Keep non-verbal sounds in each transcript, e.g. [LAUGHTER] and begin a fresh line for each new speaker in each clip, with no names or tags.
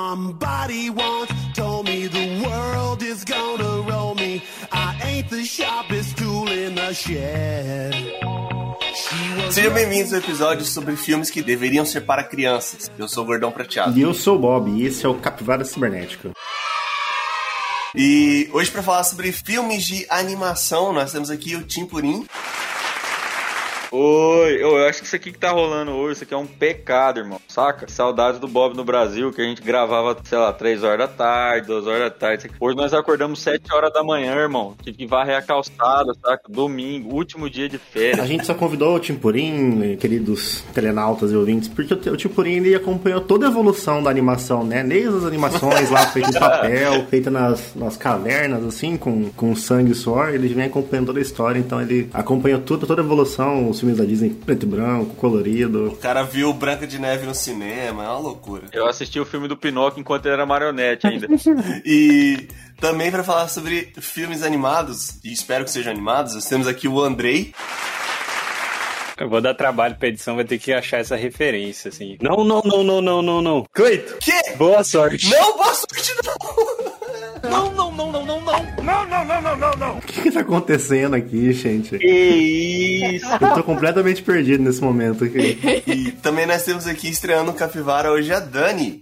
Somebody once told me the world is gonna roll me. I ain't the sharpest tool in the shed. She was
Sejam bem-vindos ao episódio sobre filmes que deveriam ser para crianças. Eu sou o Gordão Prateado.
E eu sou o Bob e esse é o Capivara Cibernética.
E hoje, para falar sobre filmes de animação, nós temos aqui o Tim Purim.
Oi, eu acho que isso aqui que tá rolando hoje, isso aqui é um pecado, irmão. Saca? Saudades do Bob no Brasil, que a gente gravava, sei lá, 3 horas da tarde, 2 horas da tarde. isso aqui. Hoje nós acordamos 7 horas da manhã, irmão. Tive que varrer a calçada, saca? Domingo, último dia de
A
férias.
gente só convidou o Timpurim, queridos telenautas e ouvintes, porque o Timpurim ele acompanhou toda a evolução da animação, né? Desde as animações lá feitas em papel, feitas nas, nas cavernas, assim, com, com sangue e suor, ele vem acompanhando toda a história, então ele acompanhou tudo, toda a evolução, os filmes da Disney, preto e branco, colorido.
O cara viu Branca de Neve no cinema, é uma loucura.
Eu assisti o filme do Pinóquio enquanto ele era marionete [LAUGHS] ainda.
E também para falar sobre filmes animados, e espero que sejam animados, nós temos aqui o Andrei.
Eu vou dar trabalho pra edição, vai ter que achar essa referência, assim. Não, não, não, não, não, não, não. Cleito!
Que?
Boa sorte!
Não, boa sorte não!
O que que tá acontecendo aqui, gente?
Que isso?
Eu tô completamente perdido nesse momento aqui.
[LAUGHS] E também nós temos aqui estreando o Capivara hoje a Dani.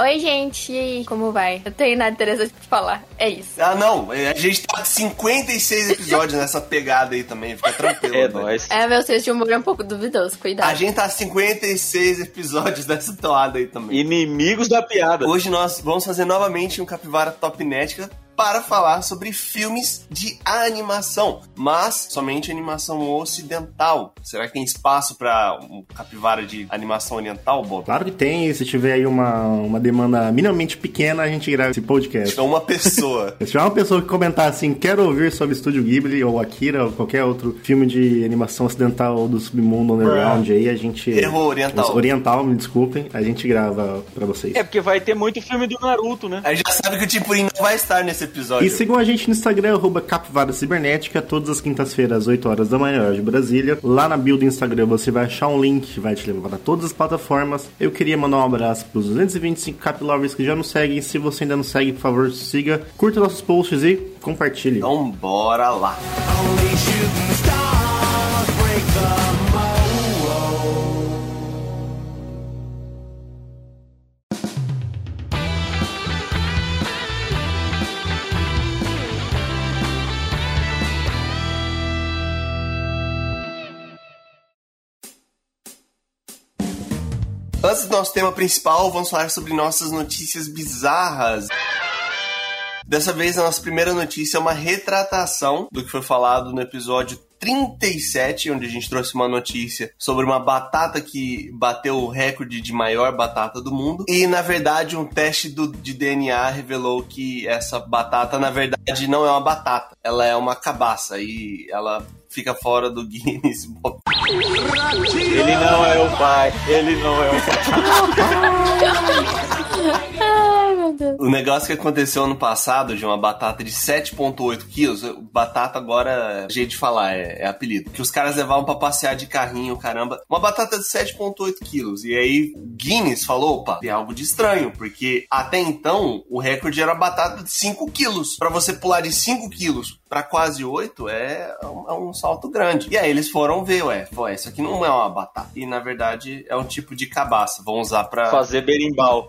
Oi, gente! Como vai? Eu tenho nada interessante pra falar. É isso.
Ah, não, é, a gente tá com 56 episódios nessa pegada aí também, fica tranquilo.
É
Dani.
nóis.
É, meu senso de humor é um pouco duvidoso,
A
cuidado.
gente tá 56 episódios [LAUGHS] dessa toada aí também.
Inimigos da piada.
Hoje nós vamos fazer novamente um Capivara Top Nética para falar sobre filmes de animação, mas somente animação ocidental. Será que tem espaço para um capivara de animação oriental, Bob?
Claro que tem, se tiver aí uma, uma demanda minimamente pequena, a gente grava esse podcast.
Então uma pessoa.
[LAUGHS] Se tiver uma pessoa que comentar assim, quero ouvir sobre Estúdio Ghibli ou Akira ou qualquer outro filme de animação ocidental do submundo underground aí, a gente.
Errou, É oriental.
Oriental, me desculpem, a gente grava pra vocês.
É porque vai ter muito filme do Naruto, né?
A gente já sabe que o Timpurim não vai estar nesse episódio.
E sigam a gente no Instagram, arroba Capivara Cibernética, todas as quintas-feiras, às 8 horas da manhã, hora de Brasília. Lá na bio do Instagram você vai achar um link que vai te levar para todas as plataformas. Eu queria mandar um abraço para os 225 Capilovers que já nos seguem. Se você ainda não segue, por favor, siga, curta nossos posts e compartilhe.
Então bora lá.
only shooting stars break the mold.
Antes do nosso tema principal, vamos falar sobre nossas notícias bizarras. Dessa vez, a nossa primeira notícia é uma retratação do que foi falado no episódio 37, onde a gente trouxe uma notícia sobre uma batata que bateu o recorde de maior batata do mundo. E, na verdade, um teste do- de DNA revelou que essa batata, na verdade, não é uma batata. Ela é uma cabaça e ela fica fora do Guinness [LAUGHS] Book
Ele não é o pai. Ele não é o pai.
Ai, meu Deus.
O negócio que aconteceu ano passado de uma batata de 7,8 quilos, batata agora, jeito de falar, é, é apelido, que os caras levavam pra passear de carrinho, caramba. Uma batata de 7,8 quilos. E aí Guinness falou: opa, tem algo de estranho, porque até então o recorde era batata de 5 quilos. Pra você pular de 5 quilos pra quase 8 é um, é um salto grande. E aí eles foram ver, ué, pô, isso aqui não é uma batata. E na verdade é um tipo de cabaça. Vão usar pra.
Fazer berimbau.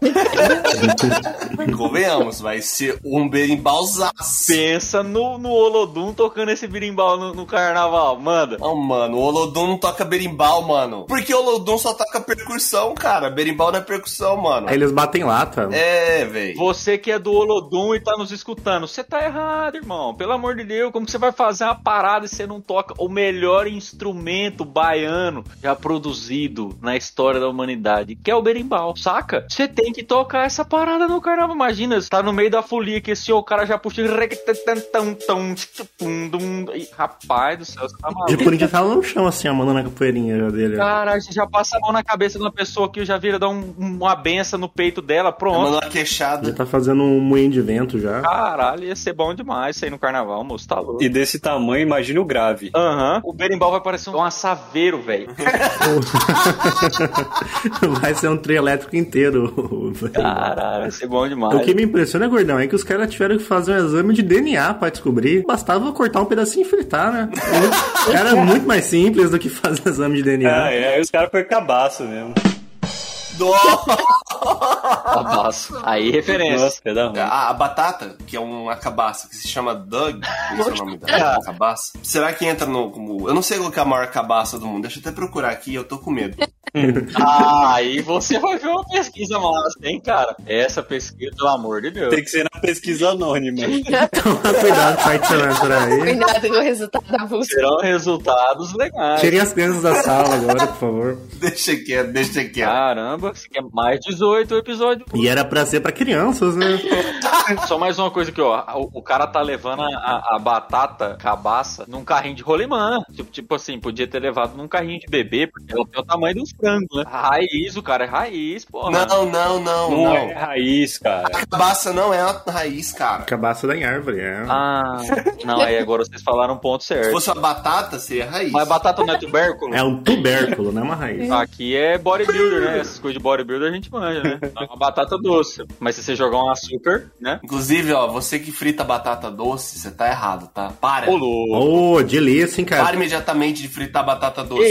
Convenhamos, vai ser um berimbalzaço.
Pensa no, no Olodum tocando esse berimbau no, no carnaval. Manda.
Não, mano, o Olodum não toca berimbau, mano. Porque o Olodum só toca percussão, cara. Berimbau não é percussão, mano.
Aí eles batem lata.
É, velho.
Você que é do Olodum e tá nos escutando, você tá errado, irmão. Pelo amor de Deus, como você vai fazer uma parada e você não toca o melhor instrumento baiano já produzido na história da humanidade, que é o berimbau, saca? Você tem que tocar essa parada no carnaval, mas imagina, você tá no meio da folia que esse o cara já puxa. e- Rapaz do céu, você tá
E o
maluco.
Corinthians tava no chão, assim, ó, mandando a capoeirinha já dele. ó.
Cara, você já passa a mão na cabeça de uma pessoa aqui, já vira dar um- uma benção no peito dela,
É
pronto.
Mandou uma
Já
queixada.
[LAUGHS] tá fazendo um moinho de vento já.
Tá. Caralho, ia ser bom demais isso aí no carnaval, moço, tá louco.
E desse tamanho, imagina o grave.
Aham. O berimbau vai parecer um assaveiro,
[LAUGHS]
velho.
[LAUGHS] Vai ser um trio elétrico inteiro.
Caralho, vai ser bom demais.
O que me impressiona, gordão, é que os caras tiveram que fazer um exame de DNA pra descobrir. Bastava cortar um pedacinho e fritar,
[LAUGHS]
né? Era muito mais simples do que fazer um exame de
Ah,
DNA.
é, aí os caras foram cabaço mesmo.
Nossa!
Abaço. Aí, referência.
Nossa, é da ruim.
Ah, A, a batata, que é uma cabaça, que se chama Doug, esse é o nome dela, cabaça. Será que entra no... Como, eu não sei qual que é a maior cabaça do mundo, deixa eu até procurar aqui, eu tô com medo.
Ah, aí você vai ver uma pesquisa massa, hein, cara? Essa pesquisa, pelo amor de Deus.
Tem que ser na pesquisa anônima.
Toma Então, [LAUGHS] cuidado, sai tirando por aí.
Cuidado com o resultado da busca.
Serão resultados legais.
Tirem as crianças da sala agora, por favor.
Deixa quieto, deixa quieto.
Caramba, isso aqui é mais 18 o episódio.
E era pra ser pra crianças, né?
[LAUGHS] Só mais uma coisa aqui, ó. O, o cara tá levando a, a- a batata cabaça num carrinho de rolimã. Tipo, tipo assim, podia ter levado num carrinho de bebê, porque ela tem o tamanho de um frango, né? Raiz, o cara é raiz, porra.
Não, não, não,
Não é
não.
raiz, cara.
Cabaça não é uma raiz, cara.
Cabaça da árvore, é.
Ah, não, aí agora vocês falaram um ponto
Se
certo.
fosse uma batata, seria raiz.
Mas batata não é tubérculo?
É um tubérculo, não é uma raiz.
Aqui é bodybuilder, né? Essas coisas de bodybuilder a gente manja, né? É uma batata doce. Mas se você jogar um açúcar, né?
Inclusive, ó, você que frita batata doce, você tá errado, tá? Para.
Pulou.
Ô, oh, delícia, hein,
Para
cara.
imediatamente de fritar batata
Que
doce.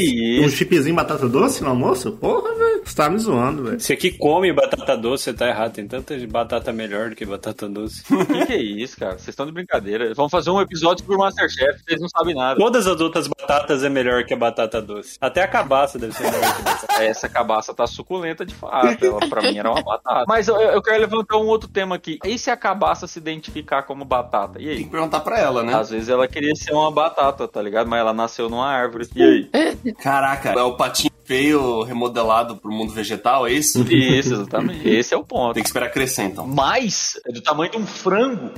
Um
isso?
chipzinho batata doce no almoço? Porra, velho. Você tá me zoando, velho.
Você que come batata doce, você tá errado. Tem tanta de batata melhor do que batata [LAUGHS] doce.
Que que é isso, cara? Vocês estão de brincadeira. Vamos fazer um episódio sobre o Masterchef, vocês não sabem nada.
Todas as outras batatas é melhor que a batata doce. Até a cabaça deve ser melhor que a batata
Essa cabaça tá suculenta de fato. Ela, pra mim era uma batata. Mas eu, eu quero levantar um outro tema aqui. E se a cabaça se identificar como batata? E
Tem que
aí?
perguntar pra ela, né?
Às vezes ela queria ser uma batata, tá ligado? Mas ela nasceu numa árvore. E
[LAUGHS]
aí?
Caraca, é o patinho feio remodelado pro mundo vegetal, é isso?
Isso, exatamente. Esse é o ponto.
Tem que esperar crescer, então.
Mas é do tamanho de um frango.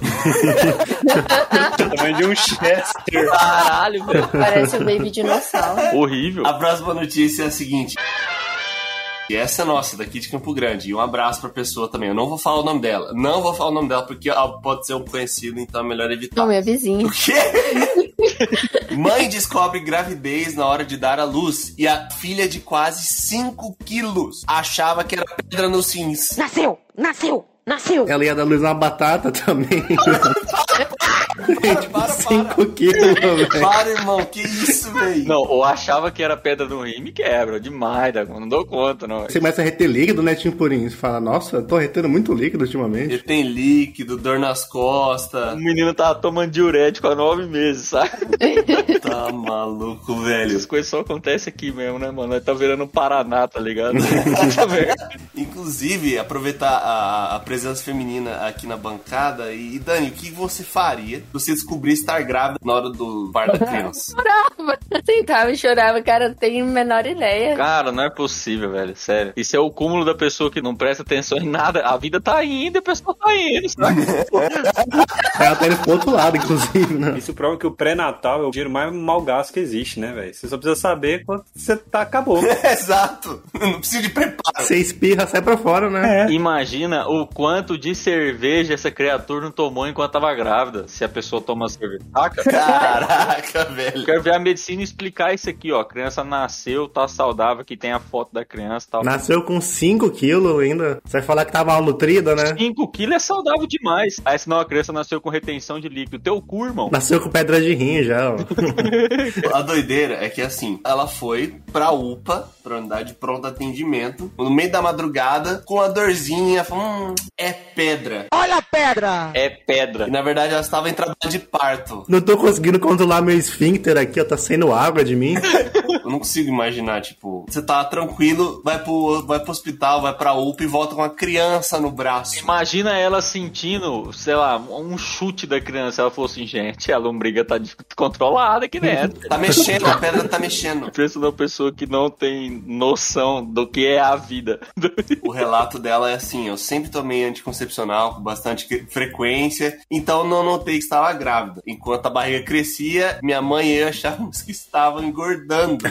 do tamanho de um chester.
Caralho, velho.
Parece um baby dinossauro.
Horrível.
A próxima notícia é a seguinte. E essa é nossa, daqui de Campo Grande. E um abraço pra pessoa também. Eu não vou falar o nome dela. Não vou falar o nome dela, porque ela pode ser um conhecido, então é melhor evitar.
Não, minha vizinha.
O quê? [LAUGHS] Mãe descobre gravidez na hora de dar à luz e a filha de quase 5 quilos achava que era pedra nos rins.
Nasceu! Nasceu! Nasceu!
Ela ia dar luz uma batata também.
[LAUGHS] Para, para, para.
5 quilos, velho.
Para, irmão, que isso, velho?
Não, ou achava que era pedra no rim, me quebra. Demais, Dagon. Não dou conta, não.
Você começa a reter líquido, né, Tim Purinho? Você fala, nossa, eu tô retendo muito líquido ultimamente.
Ele tem líquido, dor nas
O
costas.
menino tá tomando diurético há nove meses, sabe?
Tá maluco, velho.
Essas coisas só acontecem aqui mesmo, né, mano? Nós tá virando um Paraná, tá ligado? Tá vendo?
Inclusive, aproveitar a, a presença feminina aqui na bancada. E, e, Dani, o que você faria se você descobrisse estar grávida na hora do bar da [LAUGHS] criança?
Chorava. Sentava e chorava, cara, não tenho a menor ideia.
Cara, não é possível, velho. Sério. Isso é o cúmulo da pessoa que não presta atenção em nada. A vida tá indo e a pessoa tá indo, sabe?
Ela tá indo pro outro lado, inclusive, né?
Isso prova que o pré-natal é o dinheiro mais mal gasto que existe, né, velho? Você só precisa saber quando você tá acabou.
Exato. Não preciso de preparo.
Você espirra, sai pra fora, né?
Imagina o quanto de cerveja essa criatura não tomou enquanto tava grávida. Se a pessoa toma cerveja,
[LAUGHS]
saca?
Caraca, velho.
Eu quero ver a medicina explicar isso aqui, ó. A criança nasceu, tá saudável, que tem a foto da criança e tal.
Nasceu com 5 quilos ainda. Você vai falar que tava mal nutrida, né?
5 quilos é saudável demais. Aí senão a criança nasceu com retenção de líquido. Teu cu, irmão.
Nasceu com pedra de rim já, ó.
A doideira é que assim, ela foi pra UPA, pra unidade de pronto atendimento, no meio da madrugada, com a dorzinha, falando, hum, é pedra.
É
E
pedra.
na verdade ela estava em trabalho de parto.
Não tô conseguindo controlar meu esfíncter aqui, ó. Tá saindo água de mim.
Eu não consigo imaginar, tipo, você tá tranquilo, vai pro, vai pro hospital, vai pra UPA e volta com uma criança no braço.
Imagina ela sentindo, sei lá, um chute da criança. Ela falou assim, gente, a lombriga tá [LAUGHS] descontrolada aqui dentro.
Tá mexendo, a pedra tá mexendo.
Pensa numa pessoa que não tem noção do que é a vida. [LAUGHS]
O relato dela é assim: eu sempre tomei anticoncepcional com bastante que- frequência, então não notei que estava grávida. Enquanto a barriga crescia, minha mãe e eu achávamos que estava engordando.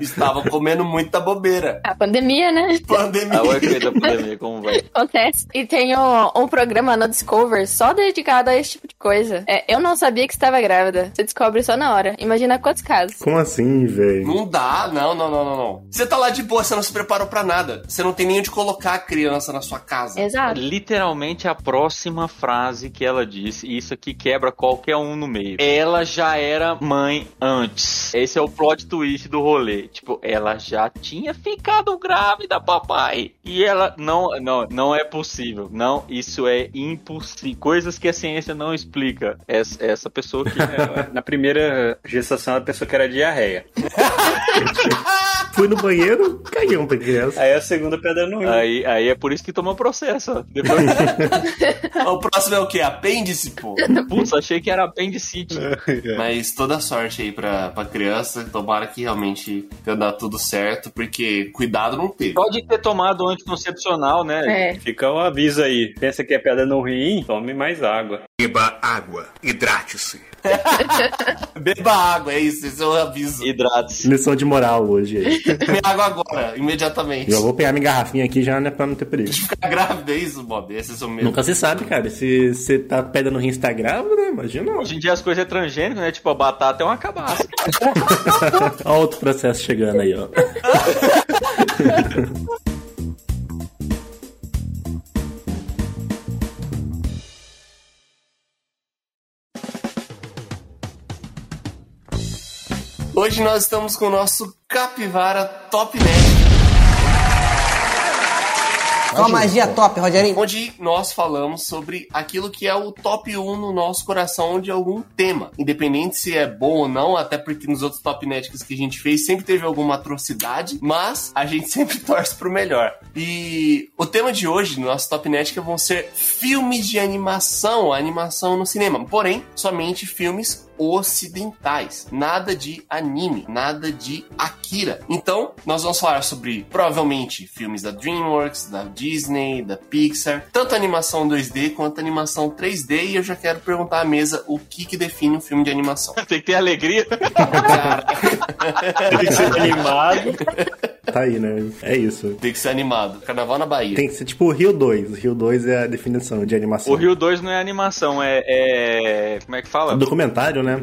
Estava comendo muita bobeira.
A pandemia, né?
A
Pandemia.
UFP da pandemia, como vai?
Acontece. E tem um, um programa no Discover só dedicado a esse tipo de coisa. É, eu não sabia que estava grávida. Você descobre só na hora. Imagina quantos casos.
Como assim, velho?
Não dá, não, não, não, não, não. Você tá lá de boa, você não se preparou pra nada. Você não tem nem onde colocar a criança na sua casa.
Ah,
Exato.
É Literalmente a próxima frase que ela disse, e isso aqui quebra qualquer um no meio. Ela já era mãe antes. Esse é o plot twist do rolê. Tipo, ela já tinha ficado grávida, papai. E ela não, não, não é possível. Não, isso é impossível. Coisas que a ciência não explica. Essa, essa pessoa que
[LAUGHS]
é. [LAUGHS]
Na primeira gestação, ela pensou que era diarreia.
Fui no banheiro, caiu um pra criança.
Aí a segunda pedra não ia.
aí, aí é por isso que toma processo. ó. Depois, [LAUGHS]
O próximo é o quê? Apêndice, pô?
putz, achei que era apendicite.
Mas toda sorte aí pra, pra criança. Tomara que realmente tenha dado tudo certo, porque cuidado não teve.
Pode ter tomado anticoncepcional, né?
É.
Fica um aviso aí. Pensa que é pedra no ruim? Tome mais água.
Beba água, hidrate-se.
Beba água, é isso, esse é o aviso. E
Hidrate-se.
Lição de moral hoje aí.
Bebe água agora, imediatamente.
Já vou pegar minha garrafinha aqui já, né, pra não ter perigo.
Ficar grávida, é isso, Bob? Esse é o seu medo.
Nunca se sabe, cara. Se você tá pedra no rim, você tá grávida, né? Imagina.
Hoje em dia as coisas é transgênico, né? Tipo, a batata é uma cabaça. [LAUGHS]
Olha outro processo chegando aí, ó.
Hoje nós estamos com o nosso Capivara Top Nerd,
Só magia top, Rogerinho.
onde nós falamos sobre aquilo que é o top 1 no nosso coração de algum tema. Independente se é bom ou não, até porque nos outros Top Nerds que a gente fez sempre teve alguma atrocidade, mas a gente [LAUGHS] sempre torce pro melhor. E o tema de hoje no nosso Top Nerd é vão ser filmes de animação, animação no cinema, porém somente filmes ocidentais. Nada de anime, nada de Akira. Então, nós vamos falar sobre provavelmente filmes da DreamWorks, da Disney, da Pixar, tanto animação 2D quanto animação 3D. E eu já quero perguntar à mesa o que, que define um filme de
[LAUGHS]
animação.
Tem que ter alegria.
Cara,
Tem que ser animado.
Tá aí, né? É isso.
tem que ser animado. Carnaval na Bahia.
Tem que ser tipo o Rio 2. O Rio 2 é a definição de animação.
O Rio 2 não é animação, é, é- Como é que fala?
Documentário,
[LAUGHS]
né?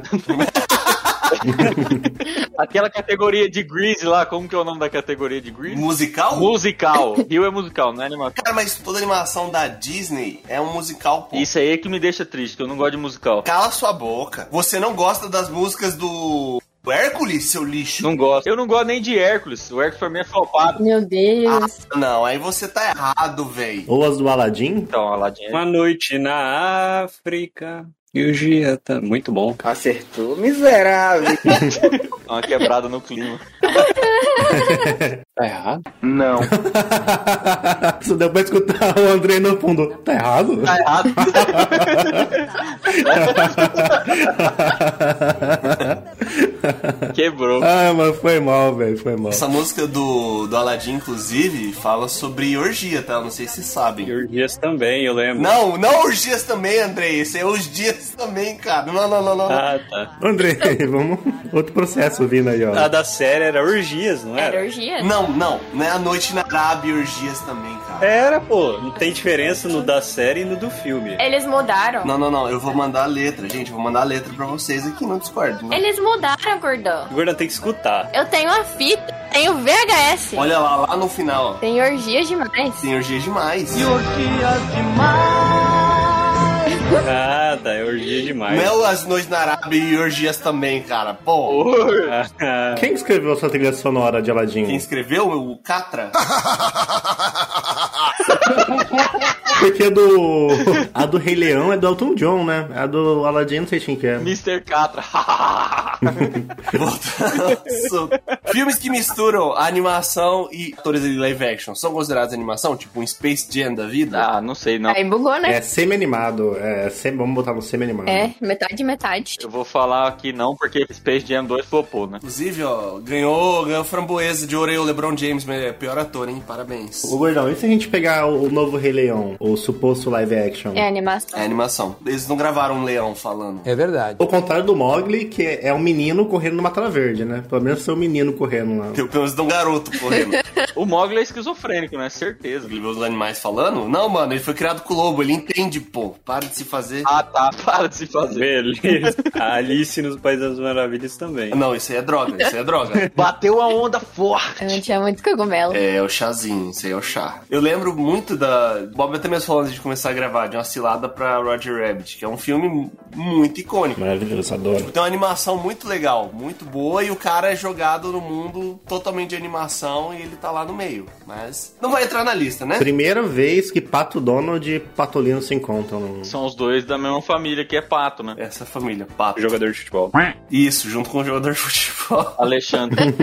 Aquela categoria de Grease lá, como que é o nome da categoria de Grease?
Musical?
Musical. Rio é musical, não é animação.
Cara, mas toda animação da Disney é um musical, pô.
Isso aí é que me deixa triste, que eu não gosto de musical.
Cala sua boca. Você não gosta das músicas do do Hércules, seu lixo?
Não gosto. Eu não gosto nem de Hércules. O Hércules pra mim é flopado.
Meu Deus.
Ah, não, aí você tá errado, véi.
Ou as do Aladdin.
Então, Aladdin.
Uma noite na África. E o dia tá muito bom.
Acertou, miserável.
é Uma quebrada no clima.
Tá errado?
Não.
[LAUGHS] Só deu pra escutar o André no fundo. Tá errado?
Tá errado. Quebrou.
[LAUGHS] ah, mano, foi mal, velho. Foi mal.
Essa música do, do Aladdin, inclusive, fala sobre orgia, tá? Não sei se vocês
E
sabem.
os dias também, eu lembro.
Não, não orgias também, Andrei. Esse é os dias também, cara. Não, não, não, não. não.
Ah, tá.
André, [LAUGHS] vamos. Outro processo vindo aí,
A
Tá.
ó.
da série era orgias, não
Era
era?
orgia?
Não, não. Não é a noite na Arábia orgias também, cara.
Era, pô. Não tem diferença no da série e no do filme.
Eles mudaram.
Não, não, não. Eu vou mandar a letra, gente. Eu vou mandar a letra pra vocês aqui no Discord. né?
Eles mudaram, gordão.
O Gordon tem que escutar.
Eu tenho a fita, tenho VHS.
Olha lá, lá no final. ó.
Tem orgia demais.
Tem orgias demais.
Ah, tá. É orgia demais.
Não as noites na Arábia e orgias também, cara. Pô,
Ah,
Quem escreveu essa trilha sonora de Aladdin?
quem escreveu? O Catra?
Porque do A do Rei Leão é do Elton John, né? A do Aladdin, não sei de quem que é.
Mr. Catra. [LAUGHS]
Filmes que misturam animação e atores de live action são considerados animação? Tipo um Space Jam da vida?
ah, não sei não.
Aí bugou, né?
É semi-animado. É semi, vamos botar no semi-animado.
É, metade, metade.
Eu vou falar aqui não, porque Space Jam 2 flopou, né?
Inclusive, ó, ganhou, ganhou framboesa de ouro aí o LeBron James, mas é pior ator, hein? Parabéns.
Ô, Gordão, e se a gente pegar o, o novo Rei Leão, o suposto live action?
É animação.
É animação. Eles não gravaram um leão falando.
É verdade.
Ao contrário do Mogli, que é é um menino correndo numa mata verde, né? Pelo menos foi um menino correndo lá.
Tem pelo menos um garoto correndo.
O Mogli é esquizofrênico, né? Certeza.
Ele vê os animais falando? Não, mano, ele foi criado com o lobo, ele entende, pô. Para de se fazer.
Ah, tá. [LAUGHS] Para de se fazer.
Beleza. A Alice nos Países das Maravilhas também.
Não, isso aí é droga, isso aí é droga.
Bateu a onda forte.
Eu não tinha muito cogumelo.
É, o chazinho, isso aí é o chá. Eu lembro muito da. Bob até mesmo falou antes de começar a gravar, de uma cilada pra Roger Rabbit, que é um filme muito icônico.
Maravilhoso, adoro.
Tem uma animação muito legal, muito boa, e o cara é jogado no mundo totalmente de animação e ele tá lá no meio. Mas não vai entrar na lista, né?
Primeira vez que Pato Donald e Patolino se encontram. No...
São os dois da mesma família, que é pato, né?
Essa família, pato.
Jogador de futebol.
Isso, junto com o jogador de futebol.
Alexandre.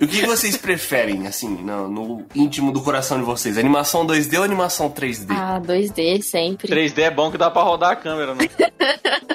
E o que vocês preferem, assim, no, no íntimo do coração de vocês? Animação 2D ou animação 3D?
Ah, 2D sempre.
3D é bom que dá pra rodar a câmera, né?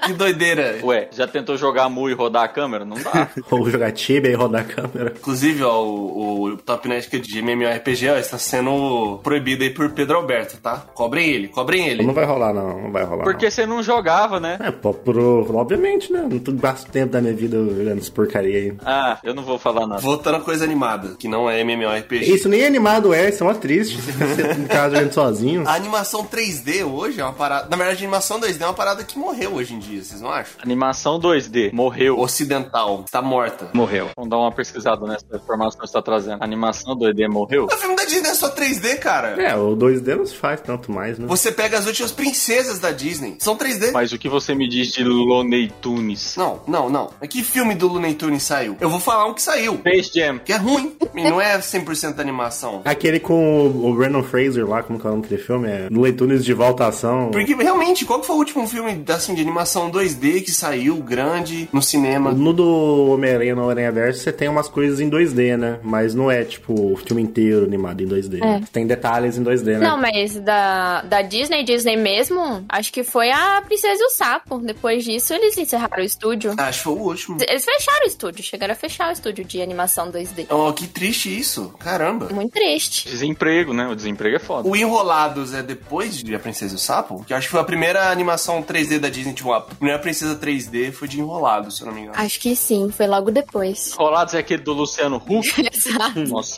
Que doideira.
Ué, já tentou jogar Mu e rodar a câmera? Não dá.
Ou jogar Tibia e rodar a câmera.
Inclusive, ó, o, o Top Nerd de MMORPG ó, está sendo proibido aí por Pedro Alberto, tá? Cobrem ele, cobrem ele.
Não vai rolar, não. Não vai rolar.
Porque você não jogava, né?
não. É, pô, pro... obviamente, né? Não tô- gasto tempo da minha vida olhando essa porcaria aí.
Ah, eu não vou falar nada.
Voltando a coisa animada, que não é MMORPG.
Isso nem animado é, isso é uma triste. Você fica sentado em casa jogando sozinho.
A animação 3D hoje é uma parada. Na verdade, a animação 2D é uma parada que morreu hoje em dia, vocês não acham?
Animação 2D. Morreu.
Ocidental, está morta.
Morreu.
Vamos dar uma pesquisada nessa informação que você tá trazendo. Animação 2D morreu?
O filme da Disney é só 3D, cara.
É, o 2D não se faz tanto mais, né?
Você pega as últimas princesas da Disney, são 3D.
Mas o que você me diz de Loney Tunes?
Não, não, não. Mas Que filme do Looney Tunes saiu? Eu vou falar um que saiu,
Space Jam.
que é ruim. E não é 100% animação.
Aquele com o, o Brandon Fraser lá, como que é o nome daquele filme? É Leitunes de Volta à Ação.
Porque realmente, qual que foi o último filme assim, de animação 2D que saiu grande no cinema?
No do Homem-Aranha no Aranha Verso, você tem umas coisas em 2D, né? Mas não é, tipo, o filme inteiro animado em 2D. né? Tem detalhes em 2D, né?
É. Não, mas da, da Disney, Disney mesmo, acho que foi a Princesa e o Sapo. Depois disso, eles encerraram o estúdio.
Acho que foi o último.
Eles fecharam o estúdio, chegaram a fechar o estúdio de animação 2D.
Oh, que triste isso. Caramba.
Muito triste.
Desemprego, né? O desemprego é foda.
O Enrolados é depois de A Princesa e o Sapo? Que eu acho que foi a primeira animação 3D da Disney. Tipo, a primeira Princesa 3D foi de Enrolados, se eu não me engano.
Acho que sim, foi logo depois. [LAUGHS]
Rolados é aquele do Luciano Huck.
Exato.
Hum. Nossa,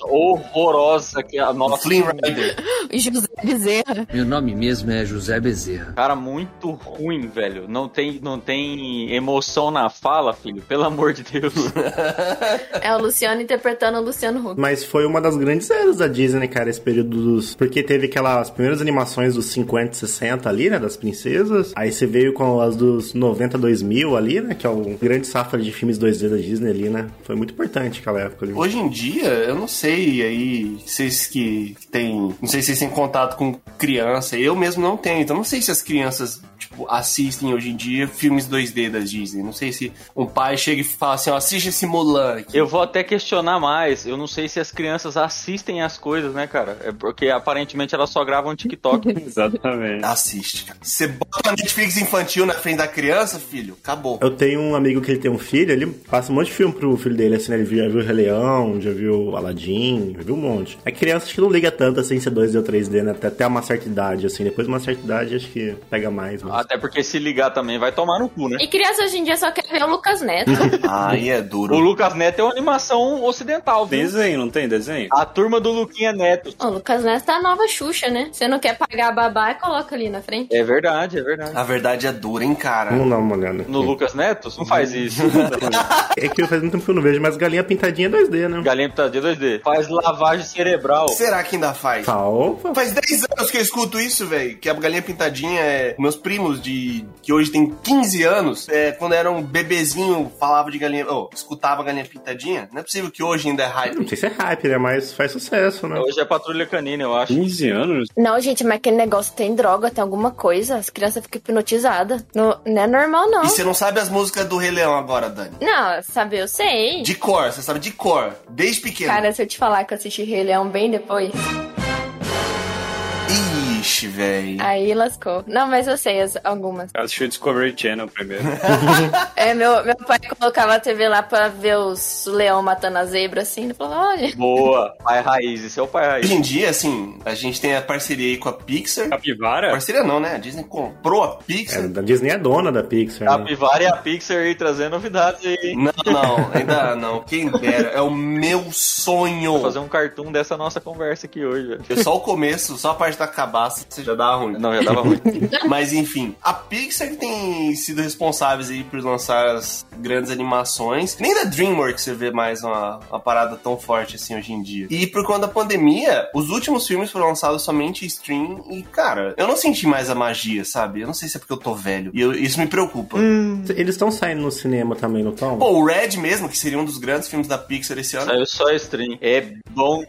horrorosa que é a
O
nossa.
Flynn Rider.
José Bezerra.
Meu nome mesmo é José Bezerra.
Cara, muito ruim, velho. Não tem, não tem emoção na fala, filho. Pelo amor de [LAUGHS] Deus.
É o Luciano interpretando o Luciano Huck.
Mas foi uma das grandes eras da Disney, cara, esse período dos. Porque teve aquelas primeiras animações dos 50, 60 ali, né? Das princesas. Aí você veio com as dos 90, 2000 ali, né? Que é o grande safra de filmes 2D da Disney ali, né? Foi muito importante aquela época ali.
Hoje em dia, eu não sei aí, vocês que têm. Não sei se vocês têm contato com criança. Eu mesmo não tenho, então não sei se as crianças. tipo, Assistem hoje em dia filmes 2D da Disney. Não sei se um pai chega e fala assim: ó, assiste esse Mulan aqui.
Eu vou até questionar mais. Eu não sei se as crianças assistem as coisas, né, cara? É porque aparentemente elas só gravam TikTok. [LAUGHS]
Exatamente.
Assiste, cara. Você bota a Netflix infantil na frente da criança, filho, acabou.
Eu tenho um amigo que ele tem um filho, ele passa um monte de filme pro filho dele, assim, né? Ele já viu o Rei Leão, já viu Aladdin, já viu um monte. A criança acho que não liga tanto assim se é 2D ou 3D, né? Até, até uma certa idade, assim. Depois de uma certa idade, acho que pega mais. Mas...
até porque se ligar também vai tomar no cu, né?
E criança hoje em dia só quer ver o Lucas [LAUGHS] Neto.
Aí é
O
duro.
Lucas Neto é uma animação ocidental, viu?
Desenho, não tem desenho?
A turma do Luquinha Neto.
o Lucas Neto tá a nova Xuxa, né? Você não quer pagar a babá, coloca ali na frente.
É verdade, é verdade.
A verdade é dura, hein, cara.
Vamos dar uma olhada.
No Lucas Neto? Não faz isso.
[LAUGHS]
[LAUGHS]
É que faz muito tempo que eu não vejo, mas Galinha Pintadinha é 2D, né?
Galinha Pitadinha 2D. Faz lavagem cerebral.
Será que ainda faz?
Tá, opa.
Faz 10 anos que eu escuto isso, velho. Que a galinha pintadinha é. Meus primos meninos de que hoje tem 15 anos, é, quando era um bebezinho, falava de galinha. Oh, escutava galinha pintadinha. Não é possível que hoje ainda é hype.
Não sei se é hype, né? Mas faz sucesso, né?
Hoje é patrulha canina, eu acho.
15 anos?
Não, gente, mas aquele negócio tem droga, tem alguma coisa. As crianças ficam hipnotizadas. Não, não é normal, não.
E você não sabe as músicas do Rei Leão agora, Dani?
Não, sabe, eu sei.
De cor, você sabe de cor, desde pequeno.
Cara, se eu te falar que eu assisti Rei Leão bem depois.
Ixi, velho.
Aí lascou. Não, mas eu sei as- algumas.
Eu assisti o Discovery Channel primeiro.
É, meu, meu pai colocava a TV lá pra ver os leão matando a zebra, assim. Ele falou, olha...
Boa. Pai raiz, esse é o pai raiz.
Hoje em dia, assim, a gente tem a parceria aí com a Pixar.
É.
Capivara?
Parceria não, né? A Disney comprou a
É,
Pixar.
a Disney é dona da Pixar. né?
Tá Capivara e a Pixar aí trazendo novidades aí, hein?
Não, não, ainda não. Quem dera. É o meu sonho.
Vou fazer um cartoon dessa nossa conversa aqui hoje, velho.
Porque só o começo, só a parte da cabaça, você já dá ruim.
Não, já tava ruim.
Mas enfim, a Pixar que tem sido responsáveis aí por lançar as grandes animações. Nem da DreamWorks você vê mais uma, uma parada tão forte assim hoje em dia. E por conta da pandemia, os últimos filmes foram lançados somente em stream e, cara, eu não senti mais a magia, sabe? Eu não sei se é porque eu tô velho. E eu- isso me preocupa.
Hum.
Eles estão saindo no cinema também, não estão?
Pô, o Red mesmo, que seria um dos grandes filmes da Pixar esse ano.
[LAUGHS] Saiu só stream. É bom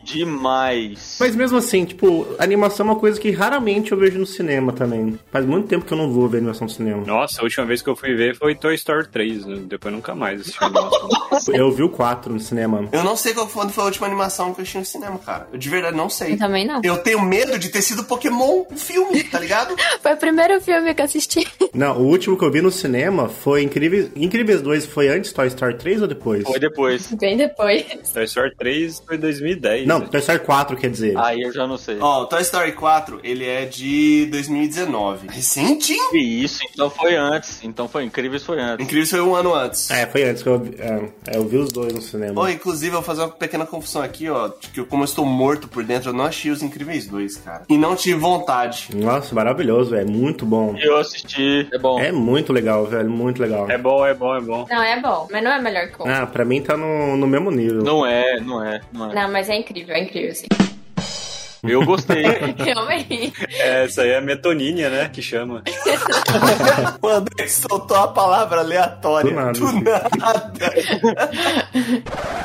demais.
Mas mesmo assim, tipo, animação é uma coisa que raramente eu vejo no cinema também. Faz muito tempo que eu não vou ver animação no cinema.
Nossa, a última vez que eu fui ver foi Toy Story 3. né? Depois nunca mais assisti. animação.
Eu vi o 4 no cinema.
Eu não sei qual foi, quando foi a última animação que eu assisti no cinema, cara. Eu de verdade não sei.
Eu também não.
Eu tenho medo de ter sido Pokémon o filme, tá ligado?
Foi o primeiro filme que eu assisti. [LAUGHS]
Não, o último que eu vi no cinema foi Incríveis, Incríveis 2. Foi antes Toy Story 3 ou depois?
Foi depois.
Bem depois.
Toy Story 3 foi 2010.
Não,
né?
Toy Story 4, quer dizer.
Aí eu já não sei.
[LAUGHS] Ó, o Toy Story 4, ele é de 2019. Recentinho.
Que isso, então foi antes. Então foi incrível, isso foi antes.
Incrível, isso foi um ano antes.
É, foi antes que eu vi. É, eu vi os dois no cinema.
Bom, inclusive, eu vou fazer uma pequena confusão aqui, ó. de Que eu, como eu estou morto por dentro, eu não achei os Incríveis 2, cara. E não tive vontade.
Nossa, maravilhoso, velho. Muito bom.
Eu assisti, é bom.
É muito legal, velho. Muito legal.
É bom, é bom, é bom.
Não, é bom, mas não é melhor que o outro.
Ah, pra mim tá no, no mesmo nível.
Não é, não é, não é.
Não, mas é incrível, é incrível, assim.
Eu [LAUGHS] gostei.
[LAUGHS] Realmente.
É, essa aí é a metonínia, né? Que chama.
[LAUGHS] O André soltou a palavra aleatória.
Do nada.
Do nada.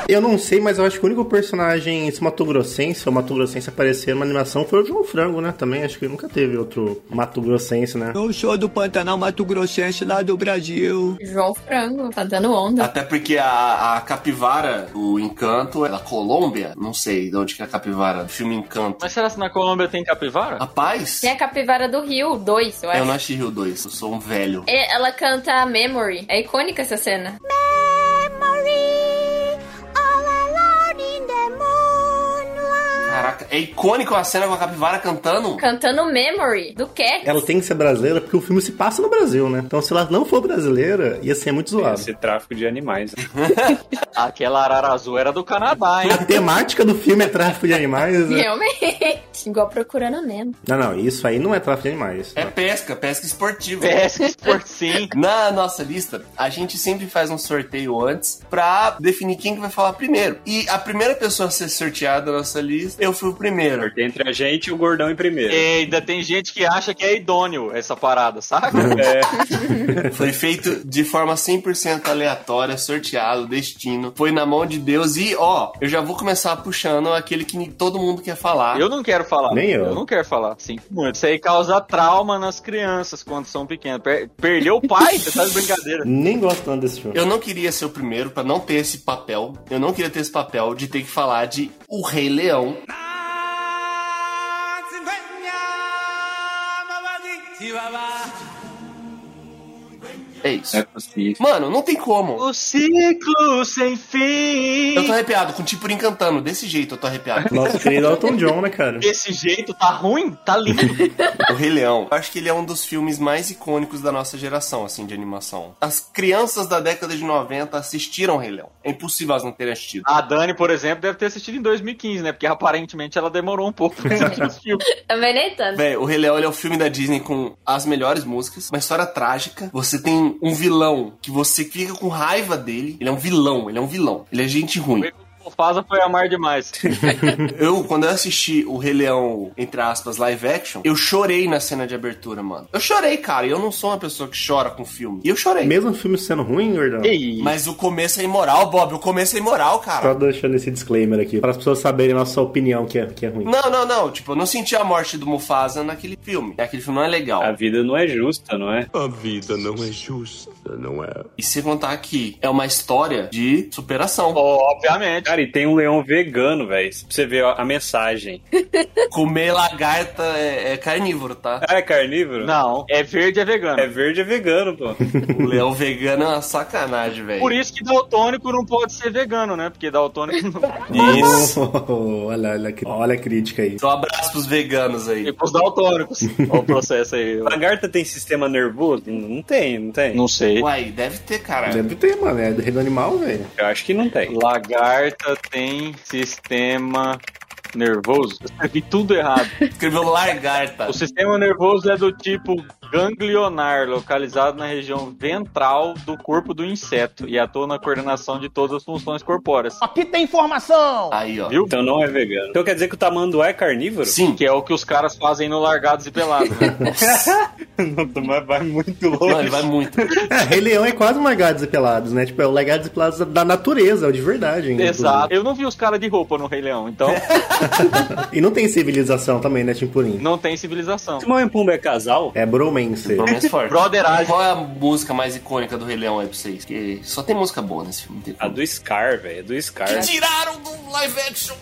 Eu não sei, mas eu acho que o único personagem esse Mato Grossense ou Mato Grossense aparecer numa animação foi o João Frango, né? Também acho que nunca teve outro Mato Grossense, né?
Eu sou do Pantanal Mato Grossense, lá do Brasil.
João Frango, tá dando
[LAUGHS]
onda.
Até porque a, a capivara, o encanto, é da Colômbia. Não sei de onde que é a capivara. Do filme Encanto.
Mas será que na Colômbia tem capivara?
Rapaz,
Tem a Capivara do Rio, dois, eu acho.
eu não achei Rio 2. Eu sou um velho.
E Ela canta Memory. É icônica essa cena.
Caraca, é icônico a cena com a capivara cantando.
Cantando Memory, do Cats.
Ela tem que ser brasileira porque o filme se passa no Brasil, né? Então se ela não for brasileira, ia ser muito zoado.
Esse tráfico de animais. né?
Aquela arara azul era do Canadá, hein? [LAUGHS]
A temática do filme é tráfico de animais. Né?
Realmente. Igual procurando Nemo.
Não, não, isso aí não é tráfico de animais.
É pesca, pesca esportiva.
Pesca Sport Sim.
Na nossa lista, a gente sempre faz um sorteio antes pra definir quem que vai falar primeiro. E a primeira pessoa a ser sorteada na nossa lista, eu fui o
[LAUGHS]
primeiro.
Sorteio entre a gente e o gordão em primeiro.
E É, ainda tem gente que acha que é idôneo essa parada, saca?
É,
Foi feito de forma 100% aleatória, sorteado, destino. Foi na mão de Deus e, ó, eu já vou começar puxando aquele que ni- todo mundo quer falar.
Eu não quero falar.
Nem eu.
não quero falar. Sinto muito. Isso aí causa trauma nas crianças quando são pequenas. Per- perdeu o pai? Você tá de
[LAUGHS]
brincadeira.
Nem gosto tanto desse filme.
Eu não queria ser o primeiro pra não ter esse papel. Eu não queria ter esse papel de ter que falar de O Rei Leão. É isso.
não é possível.
Mano, não tem como.
O ciclo sem fim.
Eu tô arrepiado, com o Tipurim cantando. Desse jeito eu tô arrepiado.
Nosso querido Elton John, né, cara?
Desse jeito tá ruim? Tá lindo.
o Rei Leão. Eu acho que ele é um dos filmes mais icônicos da nossa geração, assim, de animação. As crianças da década de 90 assistiram o Rei Leão. É impossível elas não terem assistido.
A Dani, por exemplo, deve ter assistido em 2015, né? Porque aparentemente ela demorou um pouco pra assistir os filmes.
Também nem tanto.
Véi, o Rei Leão ele é o filme da Disney com as melhores músicas, uma história trágica. Você tem
[LAUGHS]
um vilão que você fica com raiva dele. Ele é um vilão, ele é um vilão. Ele é gente ruim.
O povo Mufasa foi amar demais.
eu, quando eu assisti o Rei Leão, entre aspas, live action, eu chorei na cena de abertura, mano. Eu chorei, cara. E eu não sou uma pessoa que chora com filme. E eu chorei.
Mesmo o filme sendo ruim, Gordão?
Mas o começo é imoral, Bob. O começo é imoral, cara.
Só deixando esse disclaimer aqui, para as pessoas saberem a nossa opinião que é, que é ruim.
Não, não, não. Tipo, eu não senti a morte do Mufasa naquele filme. Aquele filme não é legal.
A vida não é justa, não é?
A vida não é justa, não é?
E se contar que é uma história de superação.
Obviamente.
Cara, e tem um leão vegano, velho. Pra você ver ó, a mensagem.
Comer lagarta é, é carnívoro, tá?
Ah, é carnívoro?
Não, é verde é vegano.
É verde é
[LAUGHS]
vegano, pô.
O leão vegano é uma sacanagem, velho.
Por isso que daltônico não pode ser vegano, né? Porque daltônico não.
Isso.
[LAUGHS] olha, olha, a cri- olha a crítica aí.
Então, abraço pros veganos aí.
E pros daltônicos. Olha o processo aí.
Lagarta tem sistema nervoso? Não não tem, não tem.
Não sei.
Uai, deve ter, cara.
Deve ter, mano. É do reino animal, velho.
Eu acho que não tem.
Lagarta tem sistema nervoso. Eu escrevi tudo errado.
Escreveu lagarta.
O sistema nervoso é do tipo ganglionar, localizado na região ventral do corpo do inseto e atua na coordenação de todas as funções corpóreas.
Aqui tem informação!
Aí, ó.
Viu?
Então não é vegano. Então quer dizer que o tamanduá é carnívoro?
Sim.
Que é o que os caras fazem no Largados e [LAUGHS] Pelados. né?
Não, mas vai muito longe.
Mano, ele vai muito.
É, Rei Leão é quase um Largados e Pelados, né? Tipo, é o Largados e Pelados da natureza, é o de verdade. ainda,
Exato. Eu não vi os caras de roupa no Rei Leão, então
inclusive. E não tem civilização também, né, Timpurim?
não tem civilização.
Timão e Pumba é casal?
É bromance.
Pelo menos forte.
Brotheragem.
Qual é a música mais icônica do Rei Leão aí pra vocês? Porque só tem música boa nesse filme. não tem
É A
como.
do Scar, velho. A do Scar.
Tiraram do live action.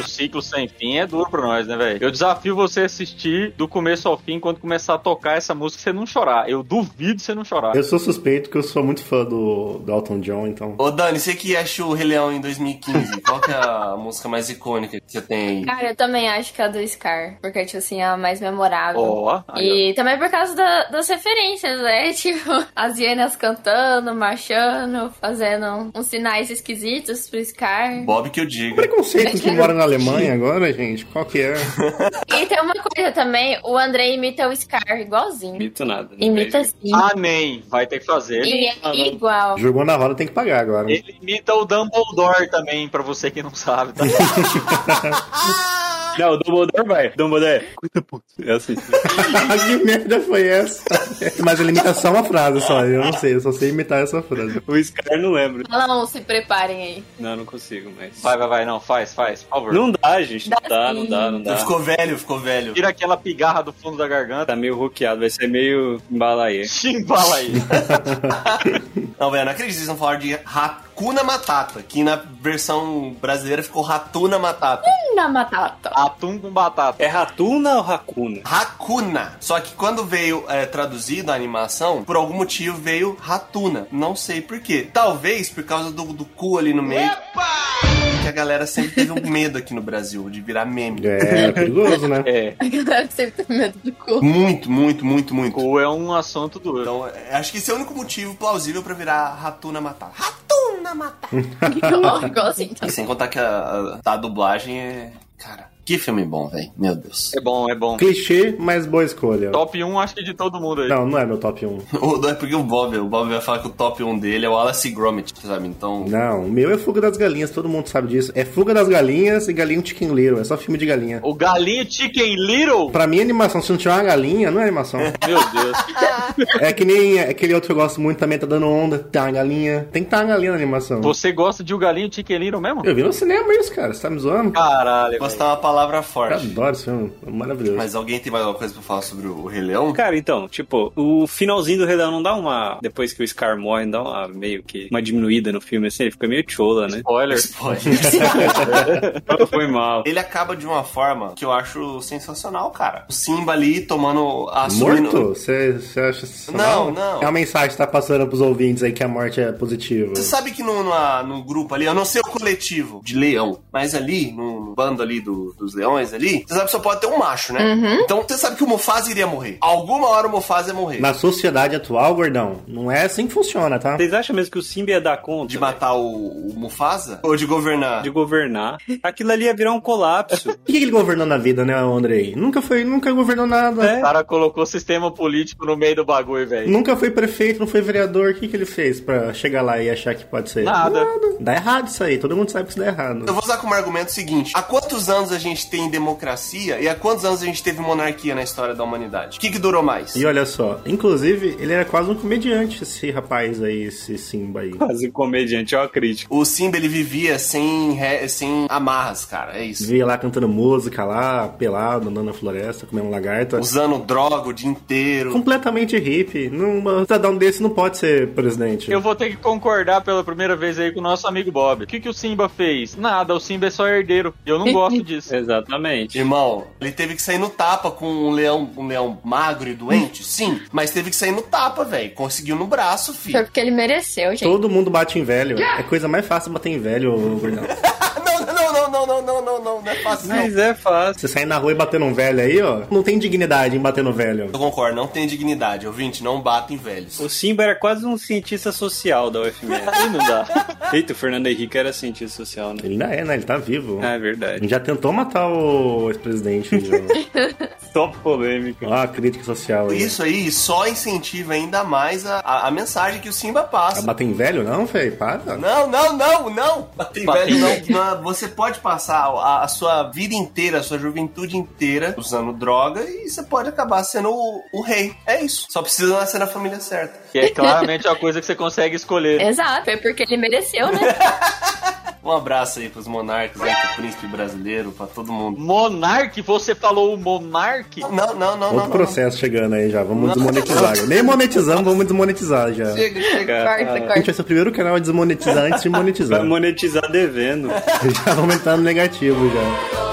O ciclo sem fim é duro pra nós, né, velho? Eu desafio você assistir do começo ao fim, quando começar a tocar essa música, você não chorar. Eu duvido você não chorar.
Eu sou suspeito que eu sou muito fã do, do Elton John, então.
Ô, Dani, você que achou o Rei Leão em 2015, qual que é a música mais icônica que você tem aí?
Cara, eu também acho que é a do Scar, porque, tipo assim, é a mais memorável.
Ó, aí,
E também por causa da- das referências, né? [LAUGHS] Tipo, as hienas cantando, marchando, fazendo uns sinais esquisitos pro Scar.
Bob que eu digo.
Preconceito que mora na Alemanha agora, gente. Qual que é?
E tem uma coisa também, o André imita o Scar igualzinho.
Imito nada. né,
Imita
velho?
sim.
ó. Amém. Vai ter que fazer.
E é igual.
Jogou na roda, tem que pagar agora. [LAUGHS]
Ele imita o Dumbledore também, pra você que não sabe, tá?
Não, o Dumbledore vai. Dumbledore. Cuida, pô. É assim.
Ah, que merda foi essa? Mas ele imita só uma frase só. Eu não sei, eu só sei imitar essa frase.
[LAUGHS] O Scar não lembra.
Não, se preparem aí.
Não, não consigo mais.
Vai, vai, vai. Não, faz, faz. Por favor.
Não dá, gente. Não
Dá
dá,
sim.
não dá, não dá.
Ficou velho, ficou velho.
Tira aquela pigarra do fundo da garganta.
Tá meio roqueado, vai ser meio embalaê.
Chimbala aí.
Não, velho, não acredito que vocês não falaram de Hakuna Matata, que na versão brasileira ficou Ratuna Matata.
Na matata.
Atum com batata.
É ratuna ou racuna?
Hakuna. Só que quando veio é, traduzido a animação, por algum motivo veio Ratuna. Não sei por quê. Talvez por causa do, do cu ali no meio. Que a galera sempre teve um medo aqui no Brasil de virar meme.
É, perigoso, né?
É.
[LAUGHS] A galera sempre tem medo
[LAUGHS]
do cu. [LAUGHS]
Muito, muito, muito, muito.
Cu é um assunto duro.
Então, é, acho que esse é o único motivo plausível pra virar Ratuna Matata. Ratuna Matata.
igualzinho.
E sem contar que a, a- a dublagem é. Cara, que filme bom, velho. Meu Deus.
É bom, é bom.
Clichê, mas boa escolha.
Top 1, acho que de todo mundo aí.
Não, não é meu top 1.
[LAUGHS] O, é porque o Bob, o Bob vai falar que o top 1 dele é o Wallace Gromit, sabe? Então.
Não, o meu é Fuga das Galinhas, todo mundo sabe disso. É Fuga das Galinhas e Galinha Chicken Little, é só filme de galinha.
O galinho Chicken Little?
Pra mim, animação, se não tiver uma galinha, não é
[LAUGHS]
animação.
Meu
[LAUGHS]
Deus.
É que nem aquele outro que eu gosto muito também, tá dando onda. Tá uma galinha. Tem que tá uma galinha na animação.
Você gosta de o galinho Chicken Little mesmo?
Eu vi no cinema isso, cara. Você tá me zoando?
Caralho. velho.
Gostar é uma palavra
Eu
forte.
adoro esse filme. É maravilhoso.
Mas alguém tem mais alguma coisa pra falar sobre o Rei Leão?
Cara, então, tipo, o finalzinho do Redão não dá uma. Depois que o Scar morre, não dá uma meio que uma diminuída no filme, assim, ele fica meio chola, né?
Spoiler.
Foi mal.
Ele acaba de uma forma que eu acho sensacional, cara. O Simba ali tomando a
Tá Morto? Você você acha sensacional?
Não, não.
É uma mensagem que tá passando pros ouvintes aí que a morte é positiva.
Você sabe que no, na- no grupo ali, eu não sei o coletivo de leão, mas ali, no, no bando ali do- dos dos leões ali, você sabe que só pode ter um macho, né? Então você sabe que o Mufasa iria morrer. Alguma hora o Mufasa ia morrer.
Na sociedade atual, gordão, não é assim que funciona, tá?
Vocês acham mesmo que o Simba ia dar conta
De matar o, o Mufasa? Ou de governar?
de governar? Aquilo ali ia virar um [LAUGHS] colapso.
Por que que ele governou na vida, né, Andrei? Nunca foi, nunca governou nada.
O cara colocou sistema político no meio do bagulho, velho.
Nunca foi prefeito, não foi vereador. O que, que ele fez pra chegar lá e achar que pode ser?
Nada.
Dá errado isso aí. Todo mundo sabe que isso dá
Eu
errado.
vou usar como argumento o seguinte: há quantos anos a gente tem democracia e há quantos anos a gente teve monarquia na história da humanidade? O que, que durou mais?
E olha só, inclusive, ele era quase um comediante, esse rapaz aí, esse Simba aí.
Quase comediante, ó a crítica.
O Simba ele vivia sem, re- sem amarras, cara. É isso.
Vivia lá cantando música lá, pelado, andando na floresta, comendo lagarta.
Usando droga o dia inteiro.
Completamente hippie. Num um cidadão desse não pode ser presidente.
Eu vou ter que concordar pela primeira vez aí com o nosso amigo Bob. O que, que o Simba fez? Nada, o Simba é só herdeiro. Eu não gosto disso.
Exatamente.
Irmão, ele teve que sair no tapa com um leão, um leão magro e
Hum.
doente? Sim, mas teve que sair no tapa, velho. Conseguiu no braço,
Foi
filho.
porque ele mereceu, gente.
Todo mundo bate em velho. É coisa mais fácil bater em velho, ô, gordão.
Ah, não, não, não, não, não, não, não, não, não é fácil. Não.
Mas é fácil.
Você sair na rua e bater num velho aí, ó. Não tem dignidade em bater no velho.
Eu concordo, não tem dignidade, ouvinte, não bata em velhos.
O Simba era quase um cientista social da [LAUGHS] UFMS. Aí não dá. Eita, o Fernando Henrique era cientista social, né?
Ele ainda é, né? Ele tá vivo.
Ah, é verdade.
Já tentou matar o
[LAUGHS]
ex-presidente. viu?
[LAUGHS] Top polêmica.
Ó, a crítica social aí.
Isso aí só incentiva ainda mais a, a, a mensagem que o Simba
Ah,
passa.
bater em velho não, velho? Para.
Não, não, não, não! Bater em
Bater
velho
em
não. Não, Você pode passar a, a sua vida inteira, a sua juventude inteira usando droga e você pode acabar sendo o, o rei. É isso. Só precisa nascer na família certa.
Que é claramente a coisa que você consegue escolher.
Exato, foi porque ele mereceu, [LAUGHS] né?
Um abraço aí pros monarcas, aí pro príncipe brasileiro, pra todo mundo.
Monarque? Você falou o monarque?
Não, não, não, não.
Outro
não,
processo chegando aí já. Vamos
[LAUGHS]
desmonetizar. já. Nem monetizamos, vamos desmonetizar já.
não. Chega, chega.
É, corta,
tá.
A gente
corta.
vai ser o primeiro canal a desmonetizar antes de monetizar.
Vai monetizar devendo.
já [LAUGHS] vamos entrar no negativo já.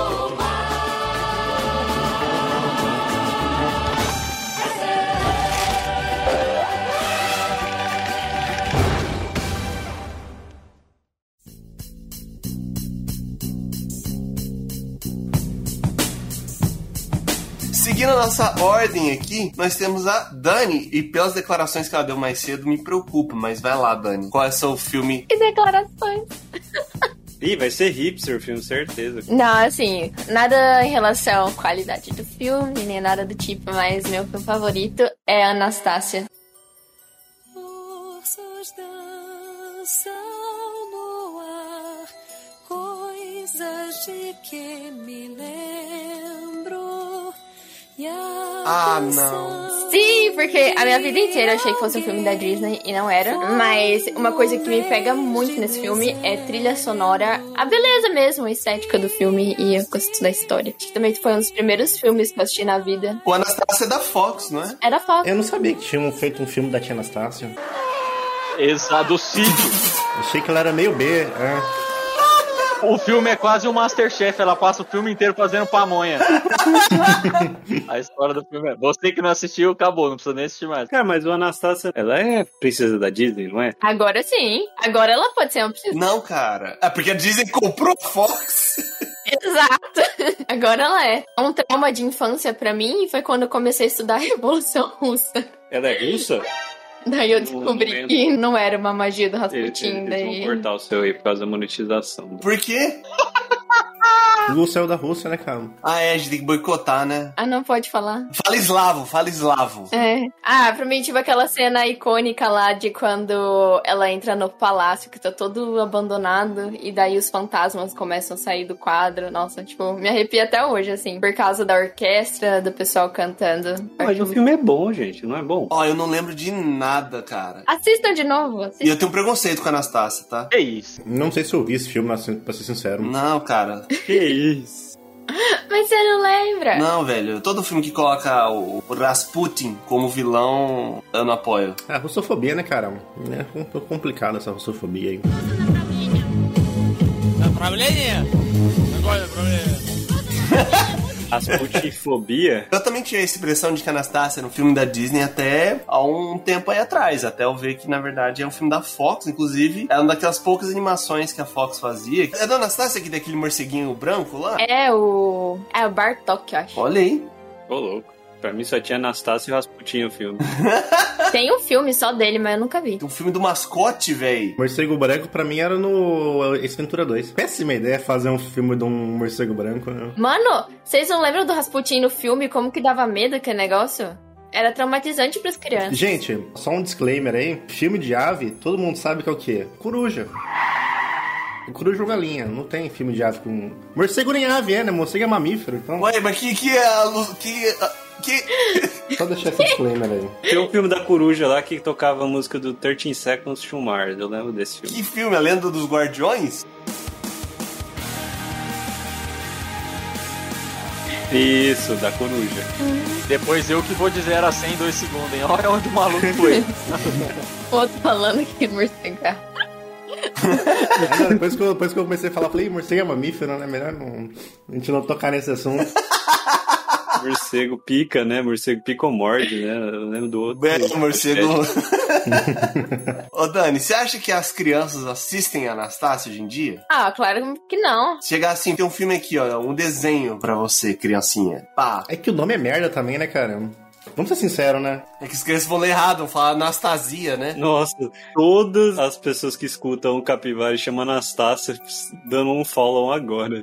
Seguindo a nossa ordem aqui, nós temos a Dani, e pelas declarações que ela deu mais cedo, me preocupa, mas vai lá, Dani. Qual é o seu filme?
Que declarações.
[LAUGHS] Ih, vai ser hipster o filme, certeza.
Não, assim, nada em relação à qualidade do filme, nem nada do tipo, mas meu filme favorito é Anastácia.
Forças dançam no ar, coisas de que me lembro. E a
Ah, não.
Sim, porque a minha vida inteira eu achei que fosse um filme da Disney e não era. Mas uma coisa que me pega muito nesse filme é trilha sonora, a beleza mesmo, a estética do filme e o gosto da história. Acho que também foi um dos primeiros filmes que eu assisti na vida.
O Anastácia é da Fox, não é?
Era Fox.
Eu não sabia que tinham feito um filme da Tia Anastácia.
Exato, do sítio.
Achei que ela era meio B. é.
O filme é quase um Masterchef, ela passa o filme inteiro fazendo pamonha. a história do filme é. Você que não assistiu, acabou, não precisa nem assistir mais.
Cara, mas o Anastasia, ela é princesa da Disney, não é?
Agora sim. Agora ela pode ser uma
[LAUGHS]
princesa.
Não, cara. É porque a Disney comprou a Fox.
Exato. [LAUGHS] Agora ela é. Um trauma de infância pra mim foi quando eu comecei a estudar a Revolução Russa. [LAUGHS]
Ela é russa?
Daí eu
Não
descobri
lembro.
que não era uma magia do
Eles,
Rasputin.
eles
daí...
vão cortar o seu aí por causa da monetização.
Por quê?
Lu saiu da Rússia, né, cara?
Ah, é, a gente tem que boicotar, né?
Ah, não pode falar.
Fala eslavo, fala eslavo.
É. Ah, pra mim, tipo aquela cena icônica lá de quando ela entra no palácio que tá todo abandonado e daí os fantasmas começam a sair do quadro. Nossa, tipo, me arrepia até hoje, assim, por causa da orquestra, do pessoal cantando.
Mas o filme é bom, gente, não é bom?
Ó, eu não lembro de nada, cara.
Assistam de novo.
E
Assistam.
eu tenho um preconceito com a Anastácia, tá?
É isso.
Não sei se eu vi esse filme, pra ser sincero.
Não, cara.
Que isso?
Mas você não lembra?
Não, velho. Todo filme que coloca o o Rasputin como vilão, eu não apoio.
Ah, russofobia, né, cara? É um pouco complicado essa russofobia aí.
Asputifobia?
Eu também tinha a expressão de que Anastácia era um filme da Disney até há um tempo aí atrás, até eu ver que na verdade é um filme da Fox, inclusive, é uma daquelas poucas animações que a Fox fazia. É da Anastácia que daquele morceguinho branco lá?
É o. É o Bartok, eu acho.
Olha aí.
Ô, louco. Pra mim só tinha Anastácia e Rasputin o filme.
Tem um filme só dele, mas eu nunca vi.
Um filme do mascote, véi.
Morcego Branco pra mim era no Ace Ventura 2. Péssima ideia fazer um filme de um morcego branco, né?
Mano, vocês não lembram do Rasputin no filme? Como que dava medo aquele negócio? Era traumatizante pras crianças.
Gente, só um disclaimer aí. Filme de ave, todo mundo sabe que é o quê? Coruja. Coruja ou galinha, não tem filme de ave com... Morcego nem ave, é, né? Morcego é mamífero, então...
Ué, mas que que é a luz... Que... a- que...
Só deixar esse disclaimer aí.
Tem um filme da coruja lá que tocava a música do 13 Seconds to Mars. Eu lembro desse filme.
que filme? A Lenda dos Guardiões?
Isso, da coruja.
Depois eu que vou dizer era 100 em dois segundos, hein? Olha onde o maluco foi.
O outro falando que morcego. é-
Aí, É, depois, que eu, depois que eu comecei a falar, falei, "Ih, morcego é mamífero, né? Melhor não, a gente não tocar nesse assunto.
Morcego pica, né? Morcego pica ou morde, né? Eu lembro do outro. É,
Belo morcego. [LAUGHS] Ô, Dani, você acha que as crianças assistem a Anastácia hoje em dia?
Ah, claro que não.
Chegar assim, tem um filme aqui, ó, um desenho pra você, criancinha. Pá.
É que o nome é merda também, né, cara? Vamos ser sinceros, né?
É que os crianças vão ler errado, vão falar Anastasia, né?
Nossa, todas as pessoas que escutam o Capivara e chamam Anastácia dando um follow agora.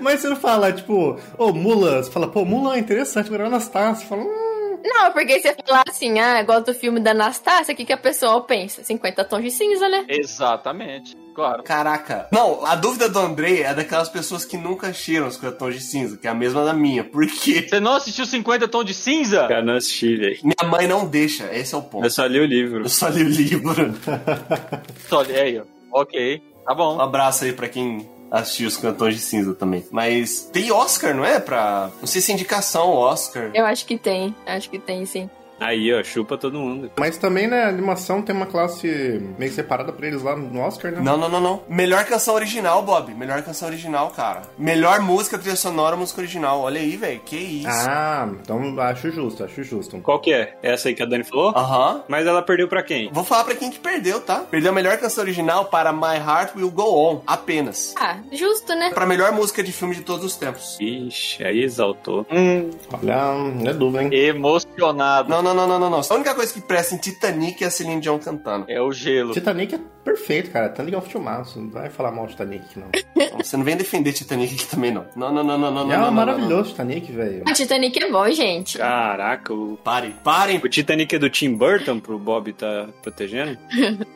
Mas você não fala, tipo, ô, Mulan. Você fala, pô, Mulan é interessante, melhor Anastácia. Você fala, hum,
Não, porque se eu falar assim, ah, eu gosto do filme da Anastácia, o que, que a pessoa pensa? 50 tons de cinza, né?
Exatamente, claro.
Caraca. Não, a dúvida do Andrei é daquelas pessoas que nunca cheiram os cartões de cinza, que é a mesma da minha. Por quê?
Você não assistiu 50 Tons de Cinza?
Cara, não assisti, velho.
Minha mãe não deixa, esse é o
Eu
ponto.
só li o livro.
Eu só li o livro.
Olha é aí, ó. Ok, tá
Um
bom.
abraço aí pra quem assistiu os Cantões de Cinza também. Mas tem Oscar, não é? Pra... Não sei se é indicação, Oscar.
Eu acho que tem, acho que tem sim.
Aí, ó, chupa todo mundo.
Mas também, né, a animação tem uma classe meio separada pra eles lá no Oscar, né?
Não, não, não, não. Melhor canção original, Bob. Melhor canção original, cara. Melhor música, trilha sonora, música original. Olha aí, velho. Que isso.
Ah, então acho justo, acho justo. Um
Qual que é? Essa aí que a Dani falou?
Aham.
Mas ela perdeu pra quem?
Vou falar pra quem que perdeu, tá? Perdeu a melhor canção original para My Heart Will Go On, apenas.
Ah, justo, né?
Pra melhor música de filme de todos os tempos.
Ixi, aí exaltou.
Hum,
Olha, não é dúvida, hein?
emocionado.
Não, não, não, não, não, não. A única coisa que presta em Titanic é a Celine Dion cantando.
É o gelo.
Titanic é perfeito, cara. Titanic é um filmaço. Não vai falar mal de Titanic, não.
Não, Você não vem defender Titanic aqui também, não. Não, não, não, não, não, não.
é
não, não, não, não.
maravilhoso Titanic, velho.
O Titanic é bom, gente.
Caraca, o...
Parem, parem.
o Titanic é do Tim Burton pro Bob tá protegendo?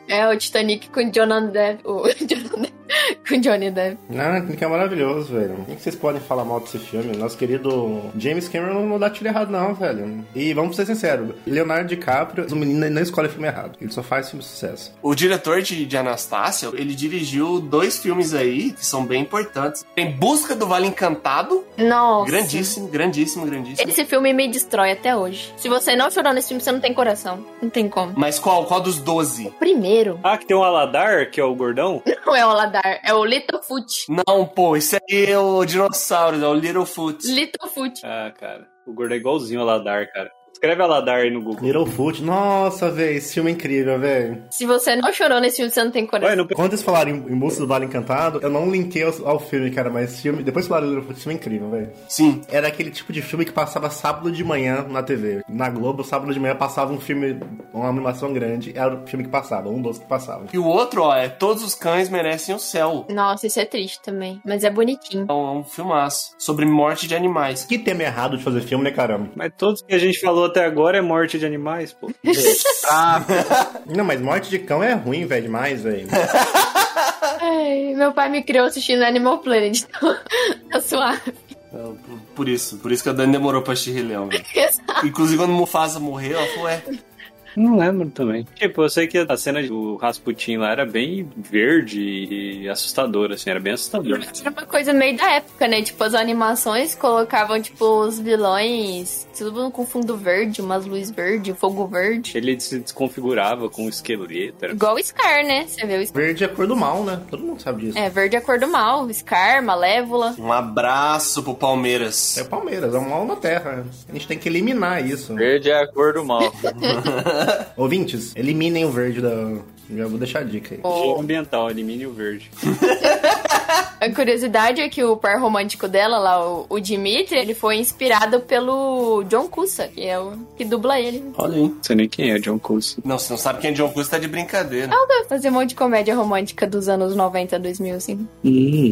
É o Titanic com Jonathan Depp. O [LAUGHS] Jonathan Depp- com Johnny Depp.
Não, Titanic é maravilhoso, velho. O que vocês podem falar mal desse filme? Nosso querido James Cameron não dá tiro errado, não, velho. E vamos ser sinceros, Leonardo DiCaprio, o menino ele não escolhe filme errado. Ele só faz filme de sucesso.
O diretor de, de Anastácia, ele dirigiu dois filmes aí que são bem importantes. Tem Busca do Vale Encantado.
Nossa.
Grandíssimo, grandíssimo, grandíssimo.
Esse filme me destrói até hoje. Se você não chorou nesse filme, você não tem coração. Não tem como.
Mas qual? Qual dos 12?
Primeiro, [LAUGHS]
Ah, que tem o Aladar, que é o gordão?
não é o Aladar, é o Littlefoot.
Não, pô, esse aí é o dinossauro, é o Littlefoot.
Littlefoot.
Ah, cara, o gordo é igualzinho ao Aladar, cara. Escreve Aladar aí no Google.
Littlefoot, nossa, velho, esse filme é incrível, velho.
Se você não chorou nesse filme, você não tem coração.
Ué, não...
Quando eles falaram em, em Busca do Vale Encantado, eu não linkei ao, ao filme, cara, mas esse filme. Depois que falaram do Littlefoot, esse filme é incrível, velho.
Sim.
Era aquele tipo de filme que passava sábado de manhã na TV. Na Globo, sábado de manhã passava um filme, uma animação grande, era o filme que passava, um dos que passava.
E o outro, ó, é Todos os Cães Merecem o Céu.
Nossa, isso é triste também. Mas é bonitinho.
É um, é um filmaço sobre morte de animais.
Que tema errado de fazer filme, né, caramba?
Mas todos que a gente falou até agora é morte de animais, pô.
Ah,
Não, mas morte de cão é ruim, velho, demais, velho.
Ai, meu pai me criou assistindo Animal Planet. Então, [LAUGHS] tá suave.
Então, por, por isso, por isso que a Dani demorou pra assistir Rei Leão, velho.
Exato.
Inclusive, quando Mufasa morreu, ela falou, ué,
Não lembro também. Tipo, eu sei que a cena do Rasputin lá era bem verde e assustadora, assim, era bem assustadora.
Era uma coisa meio da época, né? Tipo, as animações colocavam, tipo, os vilões, tudo com fundo verde, umas luzes verde, fogo verde.
Ele se desconfigurava com o esqueleto. Era...
Igual o Scar, né? Você vê o Scar.
Verde é a cor do mal, né? Todo mundo sabe disso.
É, verde é a cor do mal. Scar, Malévola.
Um abraço pro Palmeiras.
É Palmeiras, é um mal na Terra. A gente tem que eliminar isso.
Verde é a cor do mal.
Ouvintes, eliminem o verde da. Já vou deixar a dica aí.
Giro ambiental, elimine o verde.
A curiosidade é que o par romântico dela lá, o, o Dimitri, ele foi inspirado pelo John Cusa, que é o que dubla ele. Então,
Olha aí. Não sei nem quem é John Coulson.
Não, você não sabe quem é John Cusa, tá de brincadeira.
Ah, vai fazer um monte de comédia romântica dos anos 90, 2000, assim.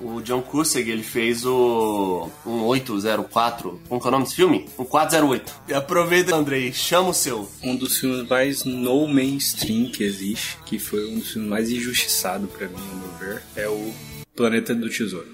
O John Cusack, ele fez o um 804, como que é o nome desse filme? Um 408. E aproveita, Andrei, chama o seu.
Um dos filmes mais no mainstream que existe, que foi um dos filmes mais injustiçados pra mim, no meu ver, é o Planeta do Tesouro.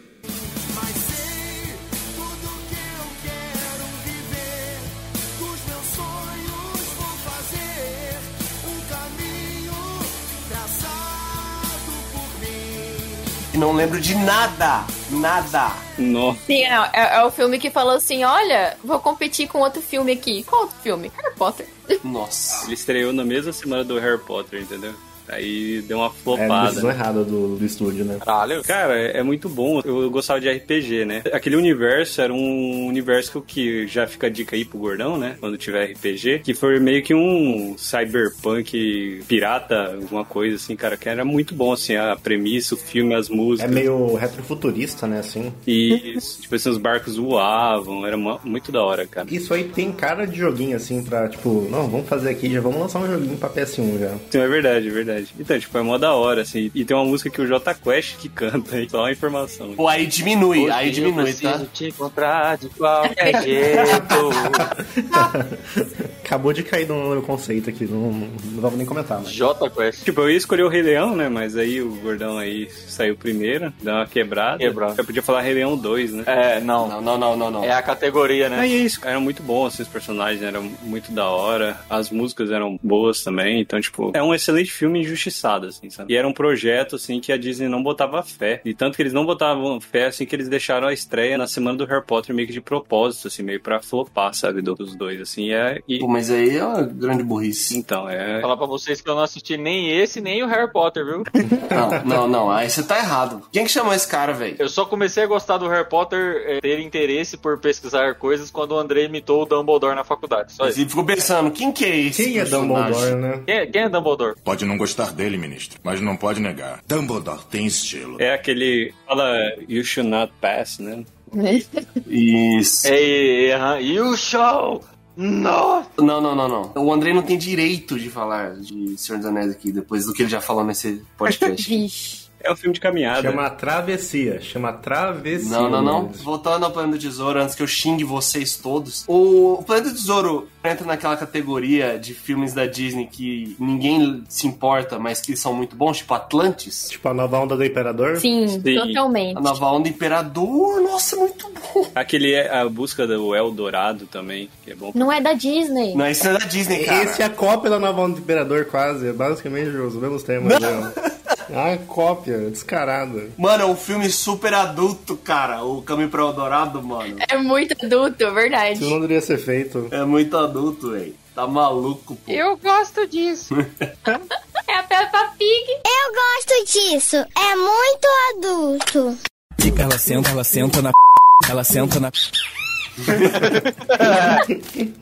E não lembro de nada, nada.
Nossa.
Sim, é, é- é o filme que falou assim: olha, vou competir com outro filme aqui. Qual outro filme? Harry Potter.
Nossa.
Ele estreou na mesma semana do Harry Potter, entendeu? Aí deu uma
É a
flopada.
decisão
né?
errada do, do estúdio, né?
Caralho.
Cara, é é muito bom. Eu gostava de RPG, né? Aquele universo era um universo que, o que já fica a dica aí pro gordão, né? Quando tiver RPG, que foi meio que um cyberpunk pirata, alguma coisa assim, cara, que era muito bom, assim, a premissa, o filme, as
É
músicas.
meio retrofuturista, né, assim.
E, tipo assim, os barcos voavam, era mu- muito da hora, cara.
Isso aí tem cara de joguinho, assim, pra, tipo, não, vamos fazer aqui, já vamos lançar um joguinho pra PS1 já.
Sim, é verdade, é verdade. Então, tipo, é mó da hora, assim. E tem uma música que o J Quest que canta, [LAUGHS] hein? só uma informação.
Pô, aí diminui, [LAUGHS] aí diminui, tá?
te encontrar
[LAUGHS]
de qualquer jeito.
Acabou de cair no conceito aqui, não, não vamos nem comentar, mas...
J Quest.
Tipo, eu ia escolher o Rei Leão, né? Mas aí o gordão aí saiu primeiro, deu uma quebrada.
Quebrada.
Eu podia falar Rei Leão 2, né?
É, não.
Não, não, não, não, não.
É a categoria, né?
Aí é isso, era muito bom, assim, os personagens eram muito da hora, as músicas eram boas também, então, tipo, é um excelente filme injustiçado, assim, sabe? E era um projeto, assim, que a Disney não botava fé, e tanto que eles não botavam fé, assim, que eles deixaram a estreia na semana do Harry Potter meio que de propósito, assim, meio pra flopar, sabe, do- dos dois, assim, é, e...
Pô, mas aí é uma grande burrice.
Então, é...
Falar pra vocês que eu não assisti nem esse, nem o Harry Potter, viu?
Não, não, não. Aí você tá errado. Quem que chamou esse cara, velho?
Eu só comecei a gostar do Harry Potter, eh, ter interesse por pesquisar coisas quando o André imitou o Dumbledore na faculdade. Só isso.
Ele ficou pensando, quem que é esse
Quem é
personagem?
Dumbledore, né?
Quem é, quem é Dumbledore?
Pode não gostar dele, ministro, mas não pode negar. Dumbledore tem estilo.
É aquele. Fala, you should not pass, né?
Isso.
É, e, e o show! Nossa!
Não, não, não, não. O Andrei não tem direito de falar de Senhor dos Anéis aqui, depois do que ele já falou nesse [LAUGHS] podcast.
[LAUGHS] Vixe.
É um filme de caminhada.
Chama Travessia, chama Travessia.
Não, não, não.
Mas-
Voltando ao Planeta do Tesouro, antes que eu xingue vocês todos. O Planeta do Tesouro entra naquela categoria de filmes da Disney que ninguém se importa, mas que são muito bons, tipo Atlantis.
Tipo, a nova onda do Imperador.
Sim,
Sim.
totalmente.
A Nova Onda Imperador, nossa, muito bom.
Aquele é a busca do El Dourado também, que é bom.
Não é da Disney.
Não, isso não é da Disney, cara.
Esse é a cópia da nova onda do Imperador, quase. É basicamente os mesmos temas. [LAUGHS] Né? É uma cópia, descarada.
Mano, é um filme super adulto, cara. O Caminho para o Eldorado, mano.
É muito adulto, é verdade.
Isso não deveria ser feito.
É muito adulto, velho. Tá maluco, pô.
Eu gosto disso.
[LAUGHS] É a Peppa Pig.
Eu gosto disso. É muito adulto.
Ela senta, ela senta na. Ela senta na.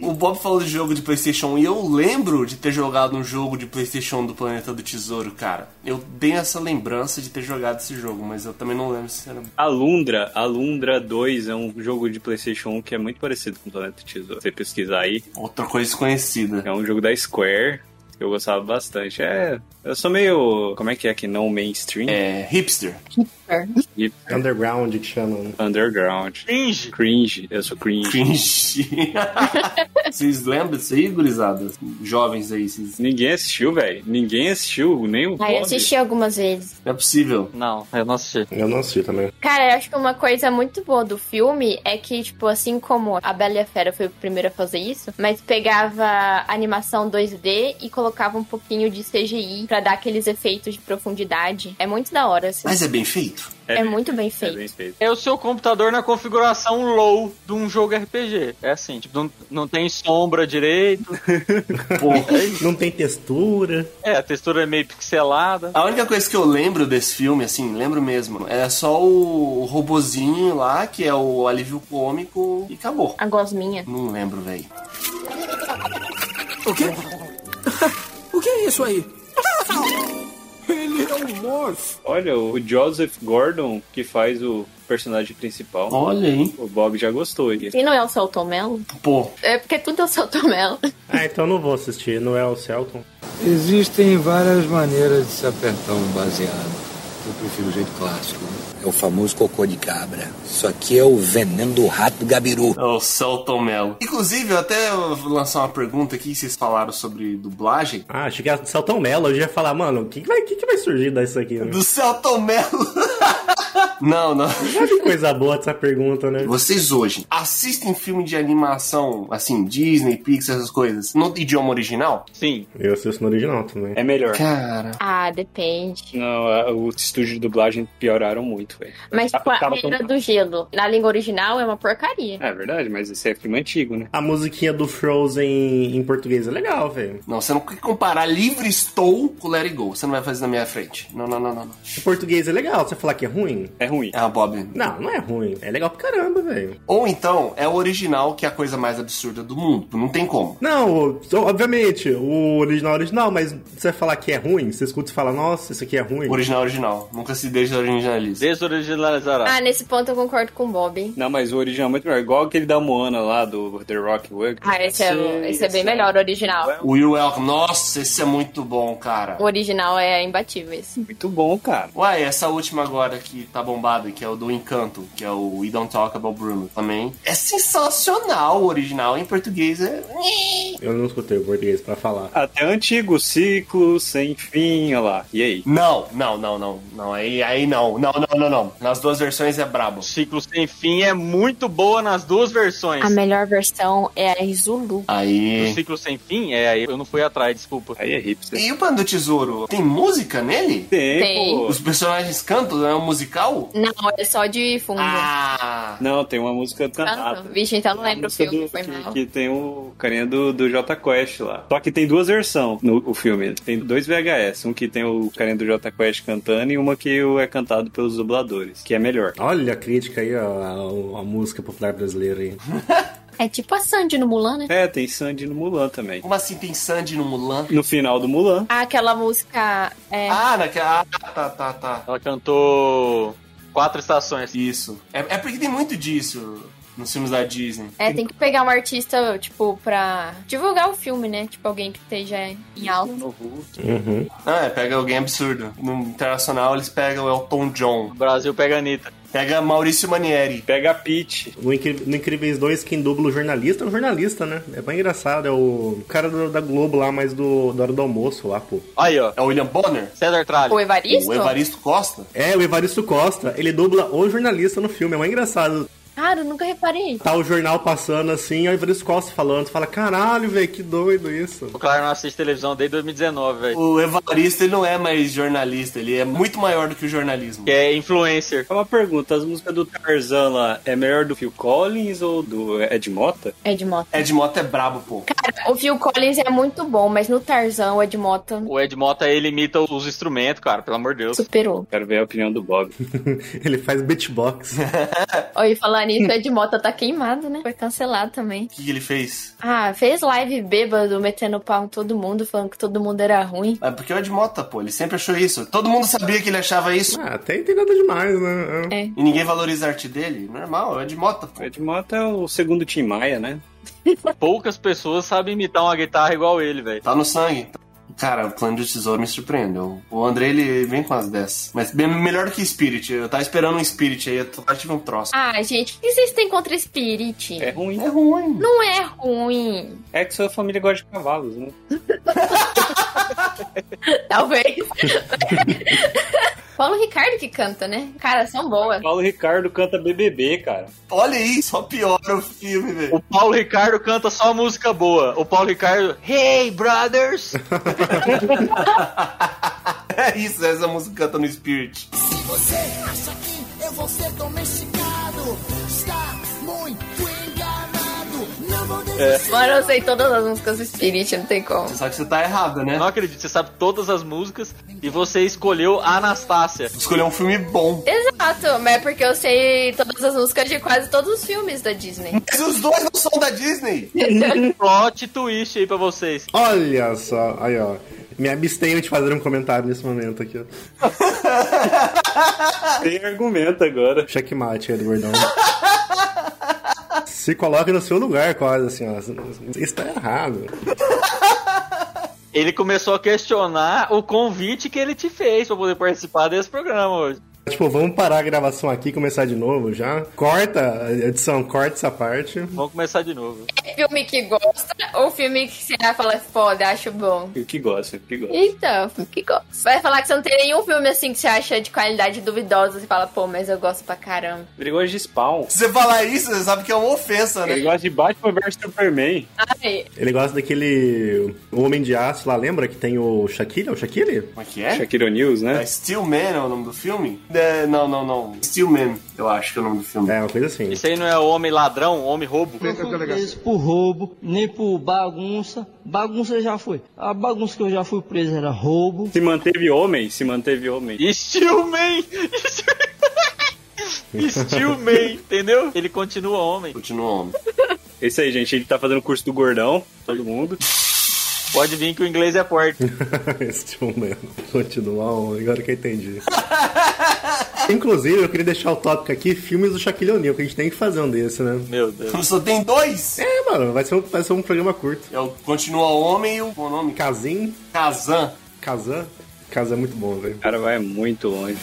O Bob falou de jogo de PlayStation e eu lembro de ter jogado um jogo de PlayStation do Planeta do Tesouro, cara. Eu tenho essa lembrança de ter jogado esse jogo, mas eu também não lembro se era.
Alundra, Alundra 2 é um jogo de PlayStation 1 que é muito parecido com Planeta Tesouro. Se você pesquisar aí,
Outra coisa desconhecida.
é um jogo da Square que eu gostava bastante. É, eu sou meio. Como é que é que não mainstream?
É. Hipster. [LAUGHS]
E
Underground, que chama. né?
underground.
Cringe!
Cringe, eu sou cringe.
Cringe. Vocês lembram disso aí, gurizada? Jovens aí, vocês...
Ninguém assistiu, velho. Ninguém assistiu, nem o
Ah, eu
Bob.
assisti algumas vezes.
Não é possível.
Não, eu não assisti.
Eu não assisti também.
Cara, eu acho que uma coisa muito boa do filme é que, tipo, assim como a Bela e a Fera foi o primeiro a fazer isso, mas pegava animação 2D e colocava um pouquinho de CGI pra dar aqueles efeitos de profundidade. É muito da hora, assim.
Mas é bem feito.
É, muito bem feito.
É o seu computador na configuração low de um jogo RPG. É assim, tipo, não, não tem sombra direito.
Não tem textura.
É, a textura é meio pixelada.
A única coisa que eu lembro desse filme, assim, lembro mesmo, é só o robozinho lá, que é o alívio cômico, e acabou.
A gosminha.
Não lembro, velho.
O quê? o que é isso aí? Ele é um morfo.
Olha, o Joseph Gordon, que faz o personagem principal.
Olha, hein?
O Bob já gostou. ele-
E não é o Celton Mello?
Pô.
É porque tudo é o Celton Mello.
Ah, então não vou assistir. Não é o Celton.
Existem várias maneiras de se apertar um baseado. Eu prefiro o jeito clássico. É o famoso cocô de cabra. Isso aqui é o veneno do rato gabiru.
É o Celton Mello. Inclusive, eu até vou lançar uma pergunta aqui, vocês falaram sobre dublagem.
Ah, achei que era do Celton Mello. Eu já ia falar, mano, o que, que vai, o que, que vai surgir disso aqui? Né?
Do Celton Mello. [LAUGHS] Não, não.
Olha que coisa boa essa pergunta, né?
Vocês hoje assistem filme de animação, assim, Disney, Pixar, essas coisas, no idioma original?
Sim.
Eu assisto no original também.
É melhor.
Cara.
[LAUGHS] Ah, depende.
Não, a- o estúdio de dublagem pioraram muito, velho.
Mas, tipo, a
Tava
regra
tão-
do gelo, na língua original, é uma porcaria.
É verdade, mas esse é filme antigo, né?
A musiquinha do Frozen em português é legal, velho.
Não, você não quer comparar Livre Estou com Let It Go. Você não vai fazer na minha frente. Não, não, não, não. não.
Em português é legal. Você falar que é ruim?
É ruim.
Ah, Bob.
Não, não é ruim. É legal pra caramba, velho.
Ou então, é o original que é a coisa mais absurda do mundo. Não tem como.
Não, o- obviamente, o original é original, mas você falar que é ruim, você escuta e fala, nossa, isso aqui é ruim.
Original, original. Nunca se deixa originalista.
Desoriginalizará.
Ah, nesse ponto eu concordo com o Bob. hein?
Não, mas o original é muito melhor. Igual aquele da Moana lá, do The Rock Work.
Ah, esse é, esse é bem melhor, o original.
O You Welcome. Nossa, esse é muito bom, cara.
O original é imbatível esse.
Muito bom, cara.
Uai, essa última agora que tá bombada, que é o do Encanto, que é o We Don't Talk About Bruno também. É sensacional o original. Em português é.
Eu não escutei o português pra falar.
Até antigo, ciclo, sem fim, olha lá. E aí?
Não, não, não, não. Não, aí, aí não. Não, não, não, não. Nas duas versões é brabo.
Ciclo sem fim é muito boa nas duas versões.
A melhor versão é a Zulu.
O
Aí.
ciclo sem fim é aí. Eu não fui atrás, desculpa.
Aí é hipster.
E o Pano do Tesouro? Tem música nele?
Tem,
Tem.
pô.
Os personagens cantam? É um musical?
Não, é só de fundo.
Ah!
Não, tem uma música
Ah,
cantada.
não. Vixe, então não
A
lembro o
música
filme,
do-
foi mal.
Que tem o carinha do, do J Quest lá. Só que tem duas versões no o filme. Tem dois VHS. Um que tem o carinha do J Quest cantando e uma que o- é cantado pelos dubladores, que é melhor.
Olha a crítica aí, ó, a, a música popular brasileira aí.
É tipo a Sandy no Mulan, né?
É, tem Sandy no Mulan também.
Como assim tem Sandy no Mulan?
No final do Mulan.
Ah, aquela música. É...
Ah, naquela. Ah, tá, tá, tá.
Ela cantou quatro estações.
Isso. É, é porque tem muito disso nos filmes da Disney.
É, tem que pegar um artista, tipo, pra divulgar o filme, né? Tipo, alguém que esteja em alta.
No Hulk.
Uhum.
Ah, é, pega alguém absurdo. No internacional eles pegam Elton John.
O Brasil pega a Anitta.
Pega Maurício Manieri.
Pega a Peach.
No, Incri- no Incríveis 2, quem dubla o jornalista é o jornalista, né? É bem engraçado, é o cara do- da Globo lá, mas do, da hora do almoço lá, pô.
Aí, ó.
É o William Bonner?
César Tralho.
O Evaristo?
O Evaristo Costa?
É, o Evaristo Costa, ele dubla o jornalista no filme, é bem engraçado.
Cara, eu nunca reparei.
Tá o jornal passando assim, é o Evaristo Costa falando, você fala, caralho, velho, que doido isso. [LAUGHS]
O Claro não assiste televisão desde 2019, velho.
O Evaristo ele não é mais jornalista, ele é muito maior do que o jornalismo.
Que é influencer.
É uma pergunta, as músicas do Tarzan lá é melhor do Phil Collins ou do Ed Mota?
É de moto.
Ed Mota é brabo, pô.
Cara, o Phil Collins é muito bom, mas no Tarzan, o Ed Mota
O Ed Mota, ele imita os instrumentos, cara, pelo amor de Deus.
superou.
Quero ver a opinião do Bob.
ele faz beatbox.
Oi, falar nisso, o Ed Mota tá queimado, né? Foi cancelado também.
O que, que ele fez?
Ah, fez live bêbado, metendo pau em todo mundo, falando que todo mundo era ruim.
É porque o Ed Mota, pô, ele sempre achou isso. Todo mundo sabia que ele achava isso.
ah, até aí tem nada demais, né?
É.
E ninguém valoriza a arte dele? Normal, é o Ed Mota, pô.
O Ed Mota é o segundo Tim Maia, né?
Poucas pessoas sabem imitar uma guitarra igual ele, velho.
Tá no sangue. Cara, o plano do tesouro me surpreendeu. O André, ele vem com as 10. Mas bem melhor que Spirit. Eu tava esperando um Spirit aí, eu t- eu tive um troço.
Ah, gente, o que vocês têm contra Spirit?
É ruim.
É ruim.
Não é ruim. ruim. [LAUGHS]
É que sua família gosta de cavalos, né?
[LAUGHS]
Talvez. Paulo Ricardo que canta, né? Cara, são boas.
Paulo Ricardo canta BBB, cara.
Olha aí, só piora o filme, velho. [LAUGHS]
O Paulo Ricardo canta só música boa. O Paulo Ricardo, hey brothers!
é isso, essa música canta no Spirit.
Se você acha que eu vou ser domesticado, está muito enganado. Não vou desistir.
Mano, eu sei todas as músicas do Spirit, não tem como.
Só que você tá errado, né?
Não acredito, você sabe todas as músicas e você escolheu a Anastácia.
Escolheu um filme bom.
Exato, mas é porque eu sei todas as músicas de quase todos os filmes da Disney.
Mas os dois não são da Disney.
Plot twist aí pra vocês.
Olha só, aí ó. Me abstenho de fazer um comentário nesse momento aqui, ó.
Tem argumento agora.
Checkmate, Edwardão. Se coloque no seu lugar, quase assim, ó. Isso está errado.
Ele começou a questionar o convite que ele te fez pra poder participar desse programa hoje.
Tipo, vamos parar a gravação aqui e começar de novo já? Corta, edição, corta essa parte.
Vamos começar de novo.
É filme que gosta ou filme que você vai falar, foda, acho bom?
E o que gosta, o que gosta.
Então, filme que gosta. Vai falar que você não tem nenhum filme assim que você acha de qualidade duvidosa. Você fala, pô, mas eu gosto pra caramba.
Ele gosta de Spawn.
Se você falar isso, você sabe que é uma ofensa,
Ele
né?
gosta de Batman vs Superman.
Ai,
Ele gosta daquele o Homem de Aço lá, lembra? Que tem o Shaquille, é o Shaquille?
Como é que é?
Shaquille O'Neal, né?
É Steel Man é o nome do filme? É, não, não, não. Steel Man, eu acho que é o nome do filme.
É, uma coisa assim. [LAUGHS]
Isso aí não é homem ladrão, homem roubo?
preso por roubo, nem por bagunça. Bagunça já foi. A bagunça que eu já fui preso era roubo.
Se manteve homem, se manteve homem.
Steel Man! Steel Man, entendeu? Ele continua homem.
Continua homem.
É isso aí, gente. Ele tá fazendo o curso do gordão, todo mundo.
Pode vir que o inglês é forte.
Esse tipo momento. Continuar, agora que eu entendi. Inclusive, eu queria deixar o tópico aqui, filmes do Shaquille O'Neal, que a gente tem que fazer um desse, né?
Meu Deus.
Só tem dois?
É, mano, vai ser um, vai ser um programa curto.
É o Continua Homem e o. Qual o nome?
Kazin,
Kazan.
Kazan. Kazan é muito bom, velho.
O cara vai muito longe.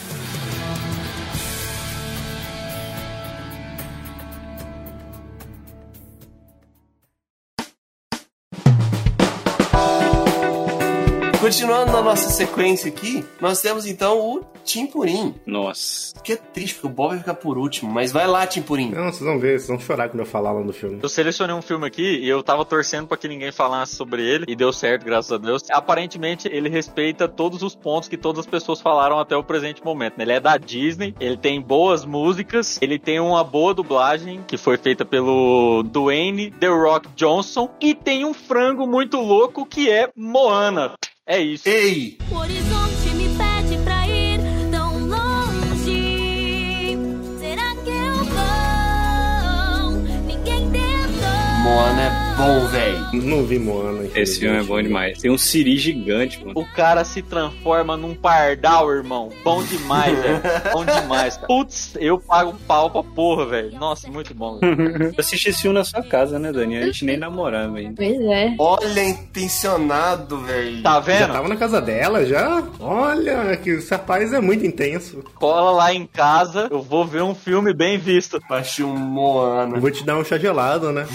Continuando na nossa sequência aqui, nós temos então o Timpurim.
Nossa.
Que é triste, porque o Bob vai ficar por último. Mas vai lá, Timpurim.
Não, vocês vão ver, vocês vão chorar quando eu falar lá no filme.
Eu selecionei um filme aqui e eu tava torcendo pra que ninguém falasse sobre ele e deu certo, graças a Deus. Aparentemente, ele respeita todos os pontos que todas as pessoas falaram até o presente momento. né? Ele é da Disney, ele tem boas músicas, ele tem uma boa dublagem que foi feita pelo Dwayne The Rock Johnson e tem um frango muito louco que é Moana. É isso.
Ei!
O horizonte me pede pra ir tão longe. Será que eu vou? Ninguém tentou.
Moana é bom, velho.
Não vi Moana.
Esse filme é bom demais. Tem um siri gigante, mano.
O cara se transforma num pardal, irmão. Bom demais, velho. Bom demais. cara. Putz, eu pago pau pra porra, velho. Nossa, muito bom. velho.
Eu assisti esse filme na sua casa, né, Dani? A gente nem namorava ainda.
pois é.
Olha, intencionado, velho.
Tá
Já
vendo?
tava na casa dela, já? Olha, que esse rapaz é muito intenso.
Cola lá em casa, eu vou ver um filme bem visto.
Baixou um Moana.
Eu vou te dar um chá gelado, né?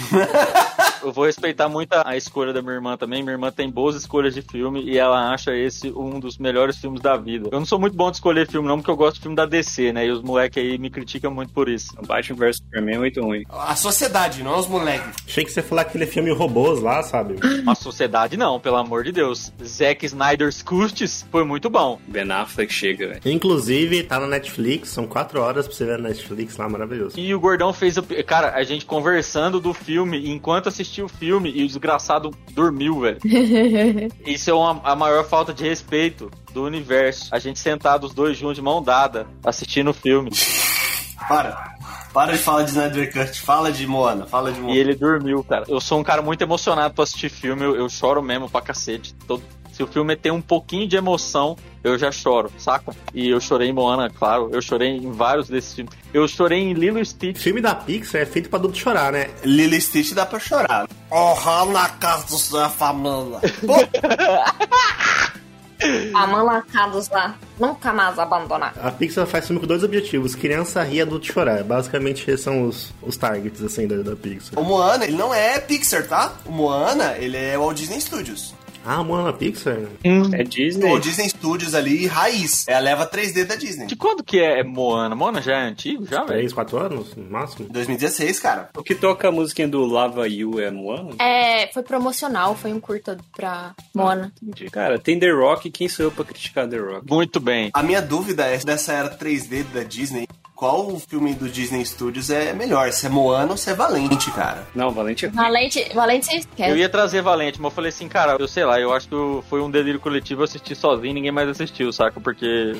Eu vou respeitar muito a a escolha da minha irmã também. Minha irmã tem boas escolhas de filme e ela acha esse um dos melhores filmes da vida. Eu não sou muito bom de escolher filme, não, porque eu gosto de filme da DC, né? E os moleques aí me criticam muito por isso.
Batman vs Superman é muito ruim.
A sociedade, não é os moleques.
Achei que você ia falar aquele filme Robôs lá, sabe?
A sociedade não, pelo amor de Deus. Zack Snyder's Custis foi muito bom.
Ben Affleck chega, velho.
Inclusive, tá na Netflix, são quatro horas pra você ver na Netflix lá, maravilhoso.
E o Gordão fez. o- Cara, a gente conversando do filme, enquanto assistia o filme, e o desgraçado dormiu, velho. Isso é uma- a maior falta de respeito do universo. A gente sentado os dois juntos de mão dada, assistindo o filme.
Para. Para de falar de Snyder Cut. Fala de Moana. Fala de
E
Moana.
ele dormiu, cara. Eu sou um cara muito emocionado pra assistir filme, eu, eu choro mesmo pra cacete. Todo- se o filme tem um pouquinho de emoção, eu já choro, saca? E eu chorei em Moana, claro. Eu chorei em vários desses filmes. Eu chorei em Lilo e Stitch.
Filme da Pixar é feito pra adulto chorar, né?
Lilo e Stitch dá pra é chorar. Oh, na casa do sua família.
Amalacados lá. Nunca mais abandonar.
A Pixar faz filme com dois objetivos: criança rir, adulto chorar. Basicamente, esses são os, os targets assim da, da Pixar.
O Moana, ele não é Pixar, tá? O Moana, ele é Walt Disney Studios.
Ah, Moana Pixar?
É Disney?
Walt Disney Studios ali, raiz. É a leva 3D da Disney.
De quando que é Moana? Moana já é antigo, já, velho?
3, 4 anos no máximo?
2016, cara.
O que toca a musiquinha do Lava You é Moana?
É, foi promocional, foi um curta pra Mona.
Entendi. Cara, tem The Rock, quem sou eu pra criticar The Rock?
Muito bem.
A minha dúvida é dessa era 3D da Disney. Qual o filme do Disney Studios é melhor? Se é Moana ou se é Valente, cara?
Não, Valente é
Valente, Valente você esquece.
Eu ia trazer Valente, mas eu falei assim, cara, eu sei lá, eu acho que eu- foi um delírio coletivo eu assisti sozinho e ninguém mais assistiu, saca? Porque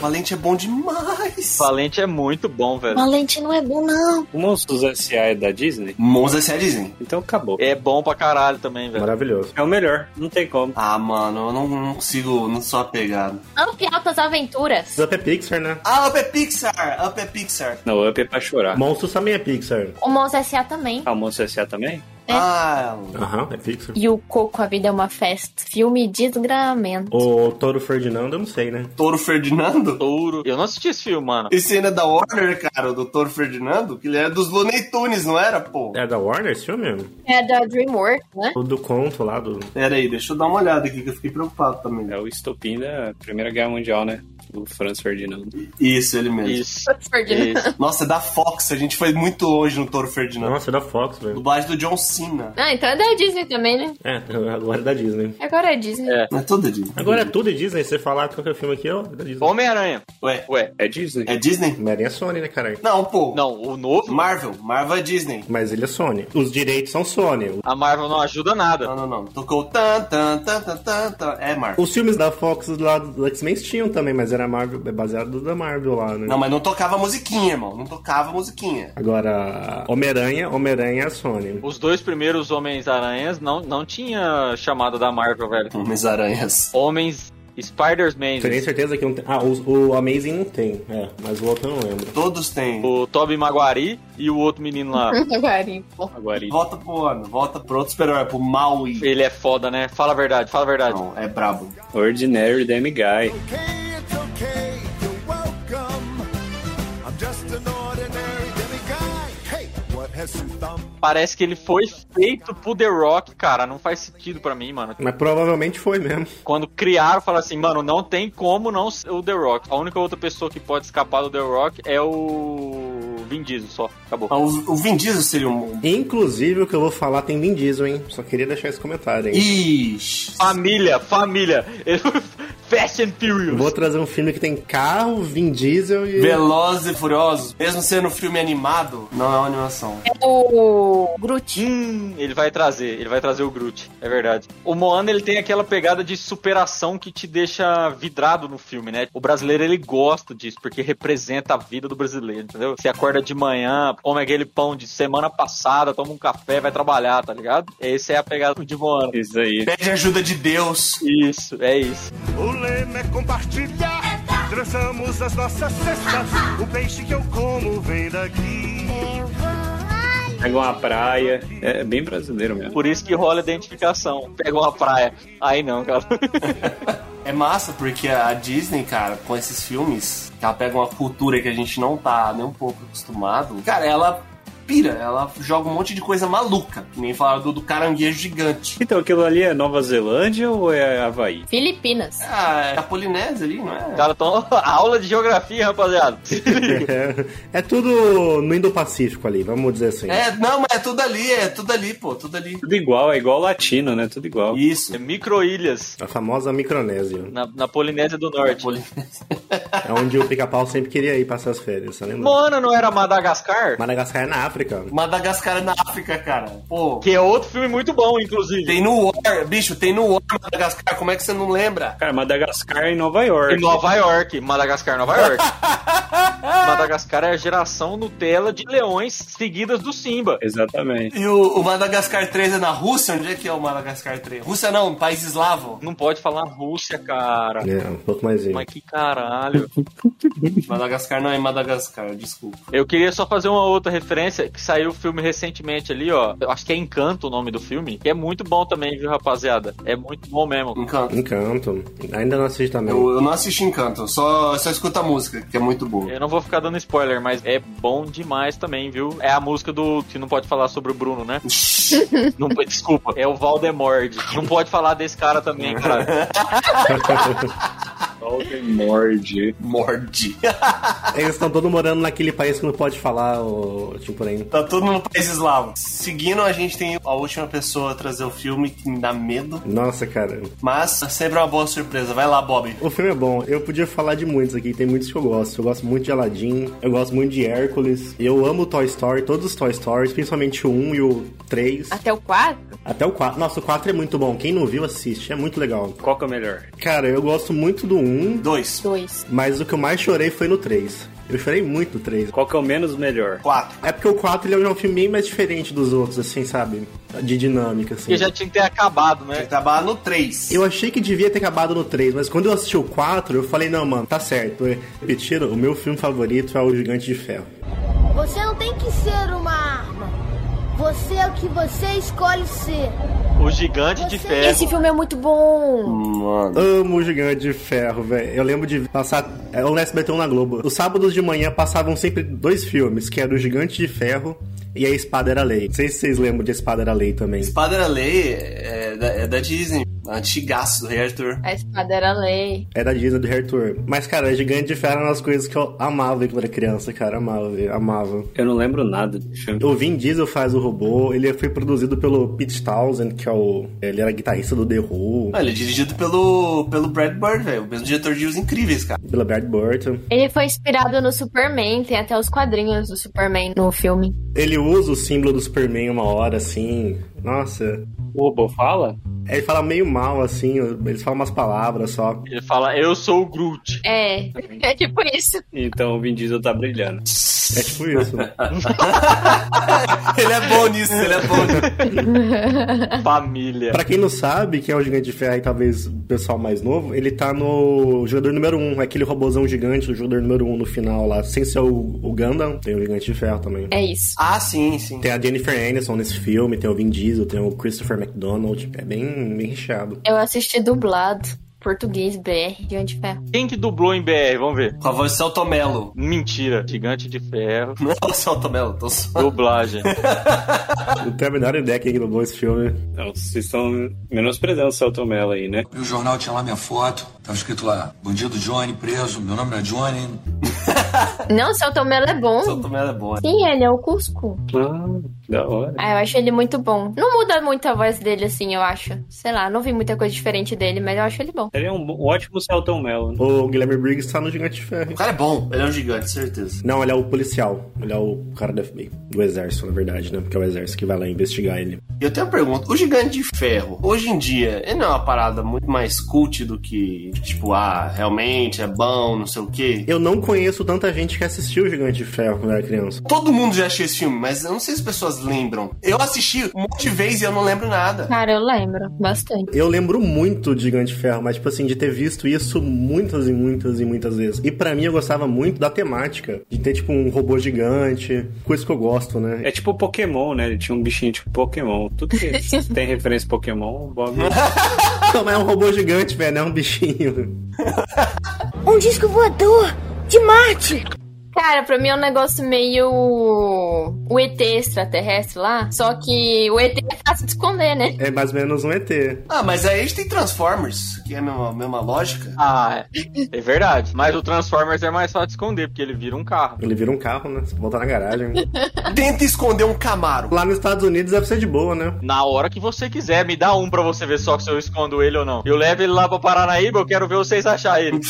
Valente é bom demais.
Valente é muito bom, velho.
Valente não é bom, não.
O Monstros S.A. é da Disney?
Monza é a Disney.
Então acabou.
É bom pra caralho também, velho.
Maravilhoso.
É o melhor, não tem como.
Ah, mano, eu não, não consigo, não sou apegado.
Up Altas Aventuras.
Up é Pixar, né?
Ah, Up é Pixar! Up é Pixar.
Não, Up é pra chorar.
Monstros também é Pixar.
O Mons S.A. também.
Ah, o Monstros S.A. também?
Ah,
Aham, é Pixar.
E o Coco, A Vida é uma Festa. Filme desgramento.
O Toro Ferdinando, eu não sei, né?
Touro Ferdinando?
Touro. Eu não assisti esse filme, mano.
Esse ainda é da Warner, cara, o Doutor Ferdinando, que ele era dos Looney Tunes, não era, pô?
É da Warner esse filme?
É da DreamWorks, né?
O do conto lá do.
Pera aí, deixa eu dar uma olhada aqui, que eu fiquei preocupado também.
É o estopim da Primeira Guerra Mundial, né? O Franz Ferdinando.
Isso, ele mesmo.
Isso.
Ferdinando.
Nossa, é da Fox, a gente foi muito longe no Touro Ferdinando.
Nossa, é da Fox, velho.
Dublagem do John Cena.
Ah, então é da Disney também, né?
É, agora é da Disney.
Agora é [LAUGHS] Disney.
É.
Não é tudo Disney.
Agora é tudo Disney, você falar qualquer filme aqui, ó, é da Disney.
Homem-Aranha.
Ué,
Ué.
É Disney?
é Disney?
Homem-Aranha é Sony, né, caralho?
Não, pô.
Não, o novo.
Marvel, Marvel é Disney.
Mas ele é Sony. Os direitos são Sony.
A Marvel não ajuda nada.
Não, não, não. Tocou tan, tan, tan, tan, tan, tan. É Marvel.
Os filmes da Fox lá do X-Men tinham também, mas era Marvel, é baseado da Marvel lá, né?
Não, mas não tocava musiquinha, irmão. Não tocava musiquinha.
Agora, Homem-Aranha, Homem-Aranha é Sony.
Os dois primeiros Homens-Aranhas não, não tinha chamada da Marvel, velho.
Homens-Aranhas.
Homens Spiders-Man.
Você tem certeza que não tem. Ah, o, o Amazing não tem, é, mas o outro eu não lembro.
Todos têm.
O Toby Maguari e o outro menino lá.
Uhum. Garimpo.
Agora isso.
Volta pro ano, volta pro outro super-herói, pro Maui.
Ele é foda, né? Fala a verdade, fala a verdade.
Não, é brabo.
Ordinary Demi Guy.
Okay, it's okay, you're welcome. I'm just an ordinary demiguy. Hey, what has you thumb?
Parece que ele foi feito pro The Rock, cara. Não faz sentido pra mim, mano.
Mas provavelmente foi mesmo.
Quando criaram, falaram assim, mano, não tem como não ser o The Rock. A única outra pessoa que pode escapar do The Rock é o Vin Diesel só. Acabou.
Ah, O, o Vin Diesel seria um...
Inclusive, o que eu vou falar tem Vin Diesel, hein? Só queria deixar esse comentário, hein?
Ixi.
Família, família. [LAUGHS] Fast and Furious.
Vou trazer um filme que tem carro, Vin Diesel e.
Velozes e Furiosos, mesmo sendo um filme animado, não é uma animação.
É o Groot.
Hum, ele vai trazer, ele vai trazer o Groot, é verdade. O Moana, ele tem aquela pegada de superação que te deixa vidrado no filme, né? O brasileiro, ele gosta disso, porque representa a vida do brasileiro, entendeu? Você acorda de manhã, come aquele pão de semana passada, toma um café, vai trabalhar, tá ligado? Essa é a pegada de Moana.
Isso aí.
Pede ajuda de Deus.
Isso, é isso.
O lema é compartilhar. Trançamos as nossas cestas. O peixe que eu como vem daqui.
Pega uma praia. É bem brasileiro mesmo.
Por isso que rola a identificação. Pega uma praia. Aí não, cara. [LAUGHS]
É massa, porque a Disney, cara, com esses filmes, ela pega uma cultura que a gente não tá nem um pouco acostumado. Cara, ela pira, ela joga um monte de coisa maluca, que nem falaram do, do caranguejo gigante.
Então, aquilo ali é Nova Zelândia ou é Havaí?
Filipinas.
Ah, é a Polinésia ali, não é?
Os caras tão... Aula de geografia, rapaziada.
É, é tudo no Indo-Pacífico ali, vamos dizer assim.
É, não, mas é tudo ali, é tudo ali, pô, tudo ali.
Tudo igual, é igual latino, né? Tudo igual.
Isso.
É micro-ilhas.
A famosa Micronésia.
Na, na Polinésia do Norte.
É onde o pica-pau sempre queria ir passar as férias, você lembra?
Moana não era Madagascar?
Madagascar é na África.
Madagascar é na África, cara. Pô.
Que é outro filme muito bom, inclusive.
Tem no War, bicho, tem no War Madagascar, como é que você não lembra?
Cara, Madagascar em Nova York.
Em Nova York. Madagascar, Nova York. Madagascar é a geração Nutella de leões seguidas do Simba.
Exatamente.
E o, o Madagascar 3 é na Rússia? Onde é que é o Madagascar 3? Rússia não, país eslavo.
Não pode falar Rússia, cara.
É, um pouco mais.
Mas que caralho.
Madagascar não é em Madagascar, desculpa.
Eu queria só fazer uma outra referência que saiu o filme recentemente ali, ó. Eu acho que é Encanto o nome do filme, que é muito bom também, viu, rapaziada? É muito bom mesmo.
Encanto.
Encanto. Ainda não assisti também.
Eu, eu não assisti Encanto, só, só escuta a música, que é muito boa. [LAUGHS]
Eu não vou ficar dando spoiler, mas é bom demais também, viu? É a música do que não pode falar sobre o Bruno, né? não, desculpa, é o Valdemord. Não pode falar desse cara também, cara.
Morde.
Morde.
Eles estão todos morando naquele país que não pode falar o tipo, Chupurém.
Tá tudo no país eslavo. Seguindo, a gente tem a última pessoa a trazer o filme que me dá medo.
Nossa, cara.
Mas sempre é uma boa surpresa. Vai lá, Bob.
O filme é bom. Eu podia falar de muitos aqui. Tem muitos que eu gosto. Eu gosto muito de Aladdin. Eu gosto muito de Hércules. Eu amo Toy Story. Todos os Toy Stories. Principalmente o 1 e o 3.
Até o 4?
Até o 4. Nossa, o 4 é muito bom. Quem não viu, assiste. É muito legal.
Qual que é o melhor?
Cara, eu gosto muito do 1.
Dois.
Dois.
Mas o que eu mais chorei foi no 3. Eu chorei muito no 3.
Qual que é o menos melhor?
Quatro.
É porque o 4 ele é um filme bem mais diferente dos outros, assim, sabe? De dinâmica, assim.
Porque já tinha que ter acabado, né?
Tem que acabar no três.
Eu achei que devia ter acabado no 3, mas quando eu assisti o 4, eu falei, não, mano, tá certo. Repetiram, o meu filme favorito é O Gigante de Ferro.
Você não tem que ser uma arma. Você é o que você escolhe ser.
O Gigante de Ferro.
Esse filme é Hum. muito bom.
Mano.
Amo o Gigante de Ferro, velho. Eu lembro de passar. é, Ou no SBT ou na Globo. Os sábados de manhã passavam sempre dois filmes, que era o Gigante de Ferro e a Espada Era Lei. Não sei se vocês lembram de Espada Era Lei também.
Espada era lei é da, é da Disney. Antigaço do Rei Arthur.
A espada era lei.
É da Disney do Rei Arthur. Mas, cara, Gigante de Ferro era uma das coisas que eu amava quando era criança, cara. Amava, velho. amava.
Eu não lembro nada do filme.
O Vin Diesel faz o robô. Ele foi produzido pelo Pete Townsend, que é o... Ele era guitarrista do The Who.
Ah, ele é dirigido pelo, pelo Brad Bird, velho. O mesmo diretor de Os Incríveis, cara.
Pela Brad Burton.
Ele foi inspirado no Superman, tem até os quadrinhos do Superman no filme.
Ele usa o símbolo do Superman uma hora, assim. Nossa.
O robô fala?
Ele fala meio mal, assim. Eles falam umas palavras só.
Ele fala, eu sou o Groot.
É, é tipo isso.
Então o Vin Diesel tá brilhando.
É tipo isso. né?
[LAUGHS] ele é bom nisso, ele é bom nisso.
Família.
pra quem não sabe, quem é o Gigante de Ferro e talvez o pessoal mais novo, ele tá no jogador número 1. Um, aquele robôzão gigante do jogador número 1 um no final lá. Sem ser o, o Gundam, tem o Gigante de Ferro também.
É isso.
Ah, sim, sim.
Tem a Jennifer Aniston nesse filme, tem o Vin Diesel, tem o Christopher McDonald. É bem, bem recheado.
Eu assisti dublado. Português, BR, Gigante de Ferro.
Quem que dublou em BR? Vamos ver.
Com a voz de Celto Mello.
Mentira. Gigante de Ferro.
Não é o Celto Mello, tô só...
Dublagem.
Não tenho a menor ideia quem é dublou esse filme.
Então, vocês estão menosprezando o Celton Mello aí, né?
E o jornal tinha lá minha foto, tava escrito lá, bandido Johnny, preso, meu nome não é Johnny.
Não, o Tá. Celton Mello é bom.
Celto Mello é bom. né?
Sim, ele é o Cusco.
Ah, da hora.
Ah, eu acho ele muito bom. Não muda muito a voz dele, assim, eu acho. Sei lá, não vi muita coisa diferente dele, mas eu acho ele bom.
Ele é um bo- um ótimo Celton Mello. né?
O Guilherme Briggs tá no Gigante de Ferro.
O cara é bom, ele é um gigante, certeza.
Não, ele é o policial. Ele é o cara do FBI. Do exército, na verdade, né? Porque é o exército que vai lá investigar ele.
E eu tenho uma pergunta: o gigante de ferro, hoje em dia, ele não é uma parada muito mais cult do que, tipo, ah, realmente é bom, não sei o quê?
Eu não conheço tanta gente que assistiu o Gigante de Ferro quando era criança.
Todo mundo já assistiu esse filme, mas eu não sei se as pessoas lembram. Eu assisti um monte de vezes e eu não lembro nada.
Cara, eu lembro bastante.
Eu lembro muito de Gigante de Ferro, mas, tipo assim, de ter visto isso muitas e muitas e muitas vezes. E pra mim, eu gostava muito da temática. De ter, tipo, um robô gigante. Coisa que eu gosto, né? [LAUGHS]
É tipo Pokémon, né? Ele tinha um bichinho tipo Pokémon. Tudo que [LAUGHS] tem referência a Pokémon, o Bob.
Não, mas é um robô gigante, velho. Não é um bichinho.
Um disco voador de Marte.
Cara, pra mim é um negócio meio. O ET extraterrestre lá. Só que o ET é fácil de esconder, [LAUGHS] né?
É mais ou menos um ET.
Ah, mas aí a gente tem Transformers, que é a mesma, a mesma lógica.
[LAUGHS] Ah, é. é verdade. Mas o Transformers é mais fácil de esconder, porque ele vira um carro.
Ele vira um carro, né? Se botar na garagem.
Tenta esconder um Camaro.
Lá nos Estados Unidos deve ser de boa, né?
Na hora que você quiser, me dá um pra você ver só se eu escondo ele ou não. Eu levo ele lá pra Paranaíba, eu quero ver vocês achar ele.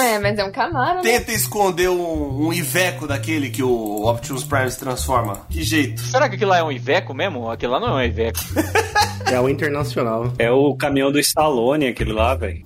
É, mas é um camaro, né?
Tenta esconder um, um Iveco daquele que o Optimus Prime se transforma. Que jeito.
Será que aquilo lá é um Iveco mesmo? Aquilo lá não é um Iveco. [LAUGHS]
É o internacional.
É o caminhão do Stallone, aquele lá, velho.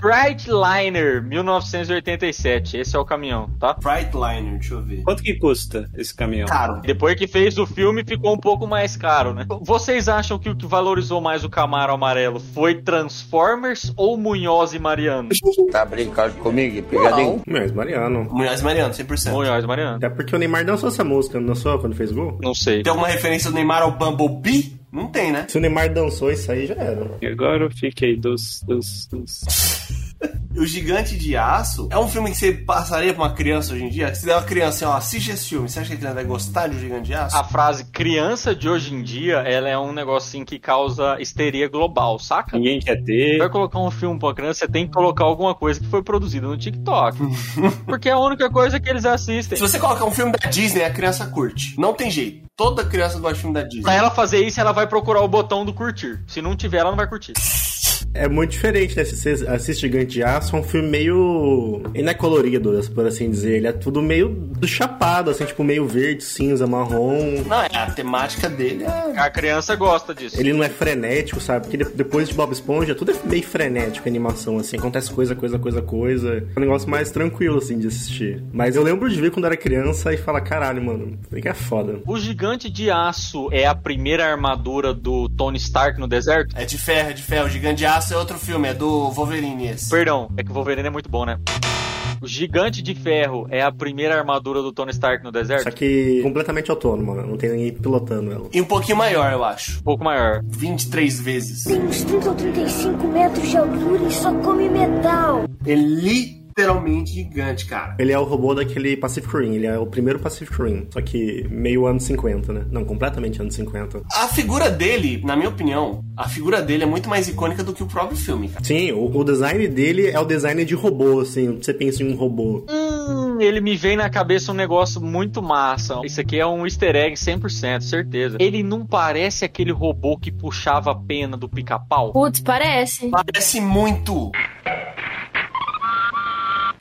Freightliner 1987. Esse é o caminhão, tá?
Freightliner, deixa eu ver.
Quanto que custa esse caminhão?
Tá.
Caro.
Depois que fez o filme, ficou um pouco mais caro, né? Vocês acham que o que valorizou mais o Camaro amarelo foi Transformers ou Munhoz e Mariano?
Tá brincando comigo?
Não.
Pegadinho.
Mas Mariano.
Munhoz Mariano, 100%.
Munhoz Mariano.
Até porque o Neymar dançou essa música, não dançou quando fez gol?
Não sei. Então,
Tem alguma referência do Neymar ao Bumblebee? Não tem, né?
Se o Neymar dançou isso aí, já era.
E agora eu fiquei dos, dos, dos.
O Gigante de Aço é um filme que você passaria pra uma criança hoje em dia? Se der uma criança, ó, assiste esse filme, você acha que a criança vai gostar de O Gigante de Aço?
A frase criança de hoje em dia, ela é um negocinho que causa histeria global, saca?
Ninguém quer ter.
Vai colocar um filme pra criança, você tem que colocar alguma coisa que foi produzida no TikTok. porque é a única coisa que eles assistem.
Se você colocar um filme da Disney, a criança curte. Não tem jeito. Toda criança gosta de filme da Disney.
Pra ela fazer isso, ela vai procurar o botão do curtir. Se não tiver, ela não vai curtir.
É muito diferente, né? Se Você assiste Gigante de Aço, é um filme meio. Ele não é colorido, por assim dizer. Ele é tudo meio chapado, assim, tipo meio verde, cinza, marrom.
Não, é a temática dele é.
A criança gosta disso.
Ele não é frenético, sabe? Porque de- depois de Bob Esponja, tudo é meio frenético a animação, assim. Acontece coisa, coisa, coisa, coisa. É um negócio mais tranquilo, assim, de assistir. Mas eu lembro de ver quando era criança e falar, caralho, mano, isso aqui é foda.
O gigante de aço é a primeira armadura do Tony Stark no deserto?
É de ferro, é de ferro. O Gigante de Aço é outro filme, é do Wolverine esse.
Perdão, é que o Wolverine é muito bom, né? O gigante de ferro é a primeira armadura do Tony Stark no deserto?
Só que completamente autônoma, né? não tem ninguém pilotando ela.
E um pouquinho maior, eu acho.
Um pouco maior.
23 vezes.
Tem uns 30 ou 35 metros de altura e só come metal.
É literalmente gigante, cara.
Ele é o robô daquele Pacific Rim, ele é o primeiro Pacific Rim, só que meio anos 50, né? Não, completamente anos 50.
A figura dele, na minha opinião, a figura dele é muito mais icônica do que o próprio filme, cara.
Sim, o, o design dele é o design de robô, assim, você pensa em um robô.
Hum, ele me vem na cabeça um negócio muito massa. Isso aqui é um easter egg 100%, certeza. Ele não parece aquele robô que puxava a pena do pica-pau?
Putz, parece.
Parece muito.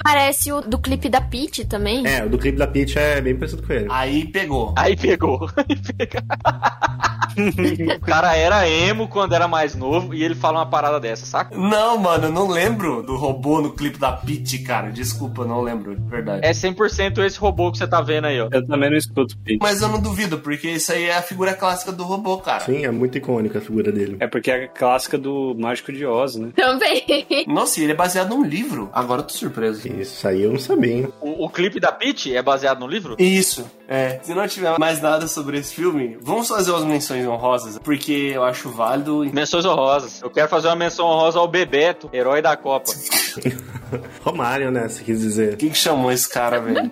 Parece o do clipe da Peach também.
É, o do clipe da Peach é bem parecido com ele.
Aí pegou.
Aí pegou. [LAUGHS] Aí pega. o cara era emo quando era mais novo e ele fala uma parada dessa, saca?
Não, mano, eu não lembro do robô no clipe da Pete, cara. Desculpa, eu não lembro, de verdade.
É 100% esse robô que você tá vendo aí, ó.
Eu também não escuto Pete.
Mas eu não duvido, porque isso aí é a figura clássica do robô, cara.
Sim, é muito icônica a figura dele.
É porque é a clássica do Mágico de Oz, né?
Também. [LAUGHS]
Nossa, e ele é baseado num livro. Agora eu tô surpreso.
Isso aí eu não sabia, hein?
O, o clipe da Peach é baseado no livro?
Isso, é. Se não tiver mais nada sobre esse filme, vamos fazer umas menções honrosas, porque eu acho válido. então,
Menções honrosas. Eu quero fazer uma menção honrosa ao Bebeto, herói da Copa.
Romário, né? Se quis dizer.
Quem que chamou esse cara, velho?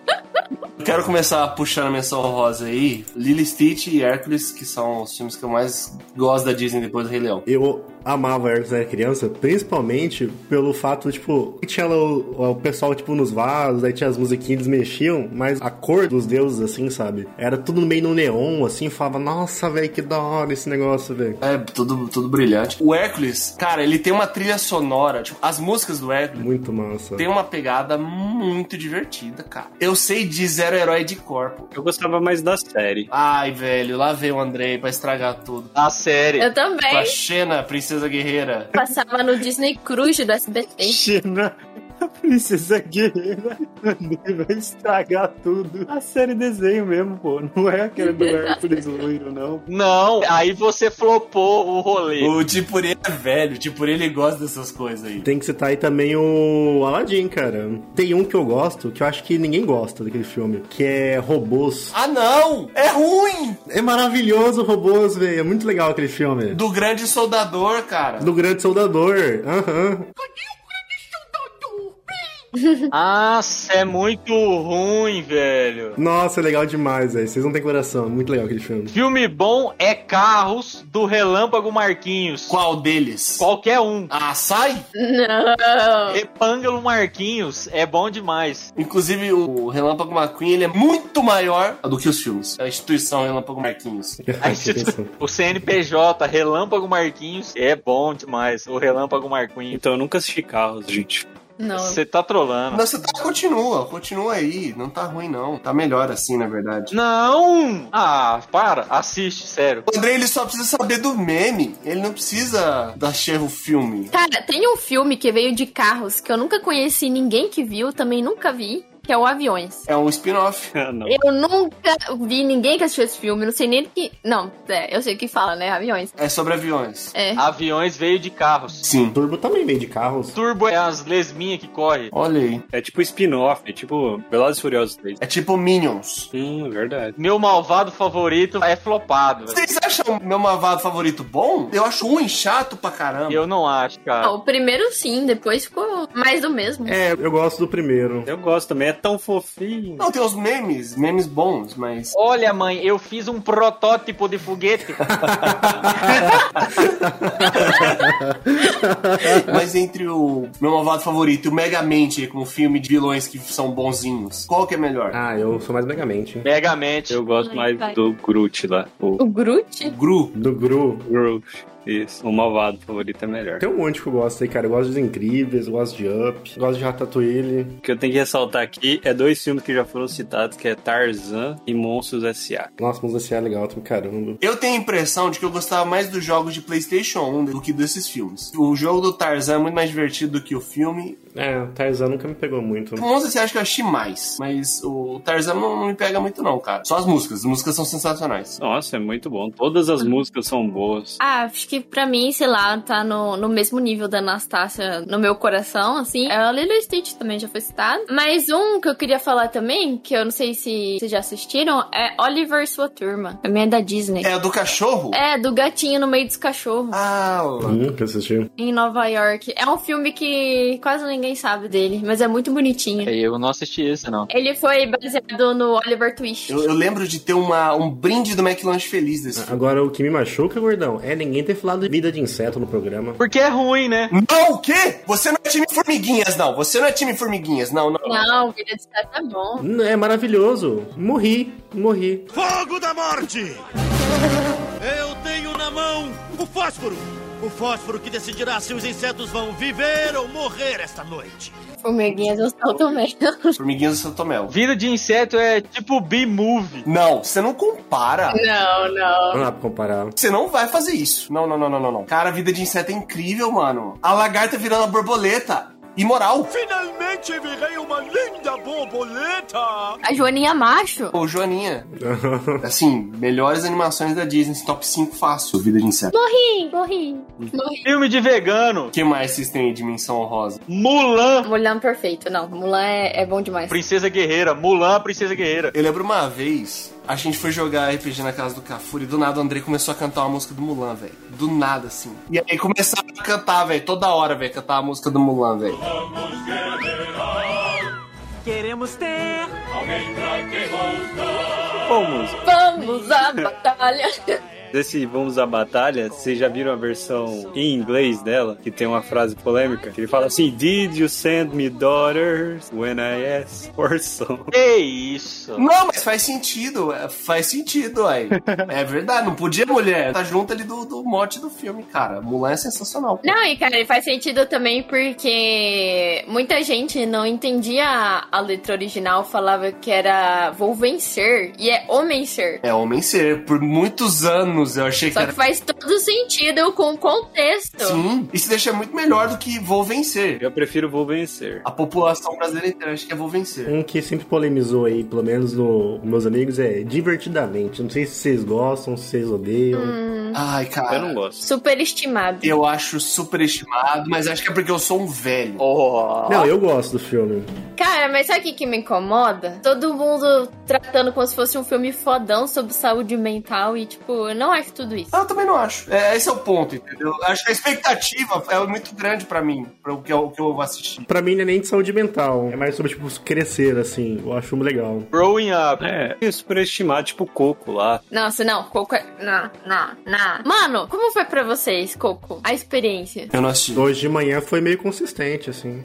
Eu Quero começar puxando a menção honrosa aí. Lily Stitch e Hércules, que são os filmes que eu mais gosto da Disney depois do Rei Leão.
Eu amava Hércules quando era criança, principalmente pelo fato, tipo, que tinha lá o, o pessoal, tipo, nos vasos, aí tinha as musiquinhas, eles mexiam, mas a cor dos deuses, assim, sabe? Era tudo meio no neon, assim, eu falava, nossa, velho, que da hora esse negócio, velho.
É, tudo, tudo brilhante. O Hércules, cara, ele tem uma trilha sonora. Tipo, as músicas do Hércules
Muito massa.
tem um uma pegada muito divertida, cara. Eu sei de zero herói de corpo.
Eu gostava mais da série.
Ai, velho, lá veio o Andrei pra estragar tudo.
A série.
Eu
Com a
também.
Xena, Princesa Guerreira.
Passava no Disney Cruise do SBT.
China, a princesa guerreira vai estragar tudo. A série desenho mesmo, pô. Não é aquele do Hércules loiro, não.
Não, aí você flopou o rolê.
O Tipuri é velho, o Tipuri ele gosta dessas coisas aí.
Tem que citar aí também o Aladdin, cara. Tem um que eu gosto, que eu acho que ninguém gosta daquele filme, que é Robôs.
Ah, não! É ruim!
É maravilhoso Robôs, velho. É muito legal aquele filme.
Do grande soldador, cara.
Do Grande Soldador. Aham.
Nossa, é muito ruim, velho.
Nossa, é legal demais, velho. Vocês não têm coração. É muito legal aquele filme.
Filme bom é Carros, do Relâmpago Marquinhos.
Qual deles?
Qualquer um.
Ah, sai?
Não.
Epângelo Marquinhos é bom demais.
Inclusive, o Relâmpago McQueen ele é muito maior do que os filmes. A instituição Relâmpago Marquinhos.
Aí você- o CNPJ, Relâmpago Marquinhos, é bom demais. O Relâmpago Marquinhos.
Então eu nunca assisti carros, gente. [LAUGHS]
Não.
Você tá trolando.
Não, você tá, continua, continua aí. Não tá ruim, não. Tá melhor assim, na verdade.
Não! Ah, para, assiste, sério.
O André, ele só precisa saber do meme. Ele não precisa da o filme.
Cara, tem um filme que veio de carros que eu nunca conheci ninguém que viu, também nunca vi. Que é o Aviões.
É um spin-off. Ah, não.
Eu nunca vi ninguém que assistiu esse filme, não sei nem do que. Não, é, eu sei o que fala, né? Aviões.
É sobre aviões.
É.
Ah. Aviões veio de carros.
Sim.
Turbo também veio de carros.
Turbo é as lesminhas que correm.
Olha aí.
É tipo spin-off, é tipo Velozes e Furiosos 3.
É tipo Minions.
Hum, verdade.
Meu malvado favorito é flopado. velho.
Vocês acham meu malvado favorito bom? Eu acho ruim, chato pra caramba.
Eu não acho,
Ah,
cara.
o primeiro sim, depois ficou mais do mesmo.
É, eu gosto do primeiro.
Eu gosto também, é tão fofinho.
Não, tem os memes, memes bons, mas. [LAUGHS]
Olha, mãe, eu fiz um protótipo de foguete.
mas entre o meu malvado favorito e o Megamente, como é filme de vilões que são bonzinhos, qual que é melhor?
Ah, eu sou mais Megamente.
Megamente.
Eu gosto
Ai,
mais
vai.
do Groot lá. O
O Groot?
Gru.
Do Gru.
Groot. Isso. O malvado favorito é melhor.
Tem um monte que eu gosto aí, cara. Eu gosto dos Incríveis, eu gosto de Up, eu gosto de Ratatouille.
O que eu tenho que ressaltar aqui é dois filmes que já foram citados, que é Tarzan e Monstros S.A.
Nossa, mas esse é legal, pra caramba.
Eu tenho a impressão de que eu gostava mais dos jogos de PlayStation 1 do que desses filmes. O jogo do Tarzan é muito mais divertido do que o filme.
É, Tarzan nunca me pegou muito.
O 11 você acha que eu achei mais, mas o Tarzan não, não me pega muito, não, cara. Só as músicas. As músicas são sensacionais.
Nossa, é muito bom. Todas as músicas são boas.
Ah, acho que pra mim, sei lá, tá no, no mesmo nível da Anastácia no meu coração, assim. É, A Lilo Stitch também já foi citada. Mas um que eu queria falar também, que eu não sei se vocês já assistiram, é Oliver e Sua Turma. Também é da Disney.
É a do cachorro?
É, do gatinho no meio dos cachorros,
Ah, lá.
Nunca Hum, assisti.
em Nova York. É um filme que quase ninguém sabe dele, mas é muito bonitinho.
Eu não assisti esse, não.
Ele foi baseado no Oliver Twist.
Eu, eu lembro de ter uma, um brinde do McLanche feliz desse filme.
Agora, o que me machuca, gordão, é ninguém ter falado de vida de inseto no programa.
Porque é ruim, né?
Não, o quê? Você não é time formiguinhas, não. Você não é time formiguinhas, não,
[LAUGHS]
não.
Não, Vida de Sá tá bom.
Hum, É maravilhoso. Morri, morri.
Fogo da morte! Eu tenho na mão o fósforo! O fósforo que decidirá se os insetos vão viver ou morrer esta noite.
Formiguinhas eu sou também.
Formiguinhas do Santo Tomé.
Vida de inseto é tipo B-movie.
Não, você não compara.
[LAUGHS] Não, não.
Não dá pra comparar. [LAUGHS]
Você não vai fazer isso. Não, não, não, não, não, não. Cara, a vida de inseto é incrível, mano. A lagarta virando a borboleta. Imoral.
Finalmente virei uma linda borboleta!
A Joaninha Macho.
Ô, Joaninha. Assim, melhores animações da Disney, top 5 fácil. Vida de inseto.
Morri, morri, morri.
Filme de vegano.
O que mais vocês têm aí de menção honrosa?
Mulan.
Mulan perfeito, não. Mulan é, é bom demais.
Princesa Guerreira. Mulan, Princesa Guerreira.
Eu lembro uma vez, a gente foi jogar RPG na casa do Cafuri e do nada o André começou a cantar uma música do Mulan, velho. Do nada, assim. E aí começava a cantar, velho, toda hora, velho, cantar a música do Mulan, velho.
Queremos ter.
Qual música?
Vamos à batalha. [LAUGHS]
Desse Vamos à Batalha, vocês já viram a versão em inglês dela, que tem uma frase polêmica, que ele fala assim, Did you send me daughters when I asked for some?
Que isso.
Não, mas faz sentido, é, faz sentido, aí. É verdade, não podia mulher. Tá junto ali do, do mote do filme, cara. Mulan é sensacional.
Não, e cara, faz sentido também porque muita gente não entendia a, a letra original, falava que era vou vencer e é homem ser.
É homem ser. Por muitos anos eu achei que
Só que
era.
faz todo sentido com o contexto.
Sim, isso deixa muito melhor do que vou vencer.
Eu prefiro Vou Vencer.
A população brasileira inteira acha que é vou vencer.
Um que sempre polemizou aí, pelo menos no meus amigos, é divertidamente. Não sei se vocês gostam, se vocês odeiam.
Ai, cara.
Eu não gosto.
Superestimado.
Eu acho superestimado, mas acho que é porque eu sou um velho.
Não, eu gosto do filme.
Cara, mas sabe o que, que me incomoda? Todo mundo tratando como se fosse um filme fodão sobre saúde mental e, tipo, eu não acho tudo isso.
Ah, Eu também não acho. É, esse é o ponto, entendeu? Acho que a expectativa é muito grande pra mim, para o que eu, o que eu vou assistir.
Pra mim não é nem de saúde mental. É mais sobre, tipo, crescer, assim. Eu acho filme legal.
Growing Up.
É, e superestimar, tipo, Coco lá.
Nossa, não, Coco é... Não, não, não. Mano, como foi pra vocês, Coco? A experiência.
Eu não assisti.
Hoje de manhã foi meio consistente, assim.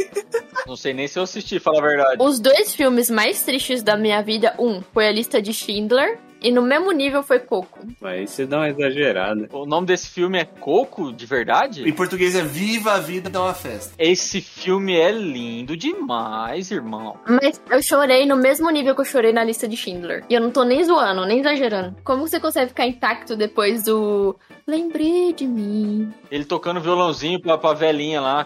Não sei nem se eu assisti, fala a verdade.
Os dois filmes mais tristes da minha vida, um, foi a lista de Schindler. E no mesmo nível foi Coco.
Aí você dá uma exagerada.
O nome desse filme é Coco, de verdade?
Em português é Viva a Vida, dá uma festa.
Esse filme é lindo demais, irmão.
Mas eu chorei no mesmo nível que eu chorei na lista de Schindler. E eu não tô nem zoando, nem exagerando. Como você consegue ficar intacto depois do. Lembrei de mim.
Ele tocando violãozinho pra, pra velhinha lá,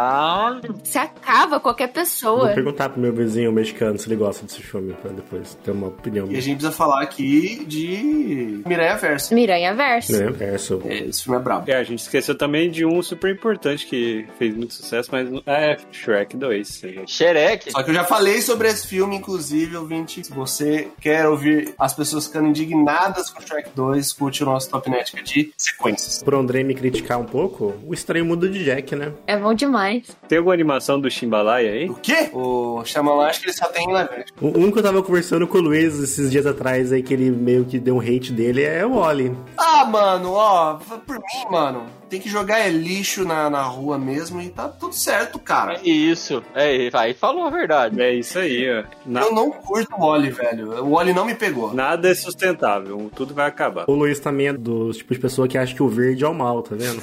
caralho.
Você acaba qualquer
Vou
pessoa.
perguntar pro meu vizinho mexicano se ele gosta desse filme, pra depois ter uma opinião.
E a gente precisa falar aqui de Miranha Verso.
Miranha Verso.
É, verso.
Esse filme é brabo.
É, a gente esqueceu também de um super importante que fez muito sucesso, mas não- é Shrek 2. sim.
Xerec.
Só que eu já falei sobre esse filme, inclusive, ouvinte. Se você quer ouvir as pessoas ficando indignadas com Shrek 2, escute o nosso Top Nética de sequências.
Pro André me criticar um pouco, o estranho mundo de Jack, né?
É bom demais.
Tem alguma animação do Shimbalaya aí?
O quê? O Shyamalan acho que ele só tem live action.
O um que eu tava conversando com o Luiz esses dias atrás aí, que ele meio que deu um hate dele, é o Oli.
Ah, mano, ó, por mim, mano. Tem que jogar é lixo na, na rua mesmo e tá tudo certo, cara.
Isso, é isso. Aí falou a verdade.
É isso aí, ó. Na-
Eu não curto o Oli, velho. O Oli não me pegou.
Nada é sustentável, tudo vai acabar.
O Luiz também é do tipo de pessoa que acha que o verde é o mal, tá vendo?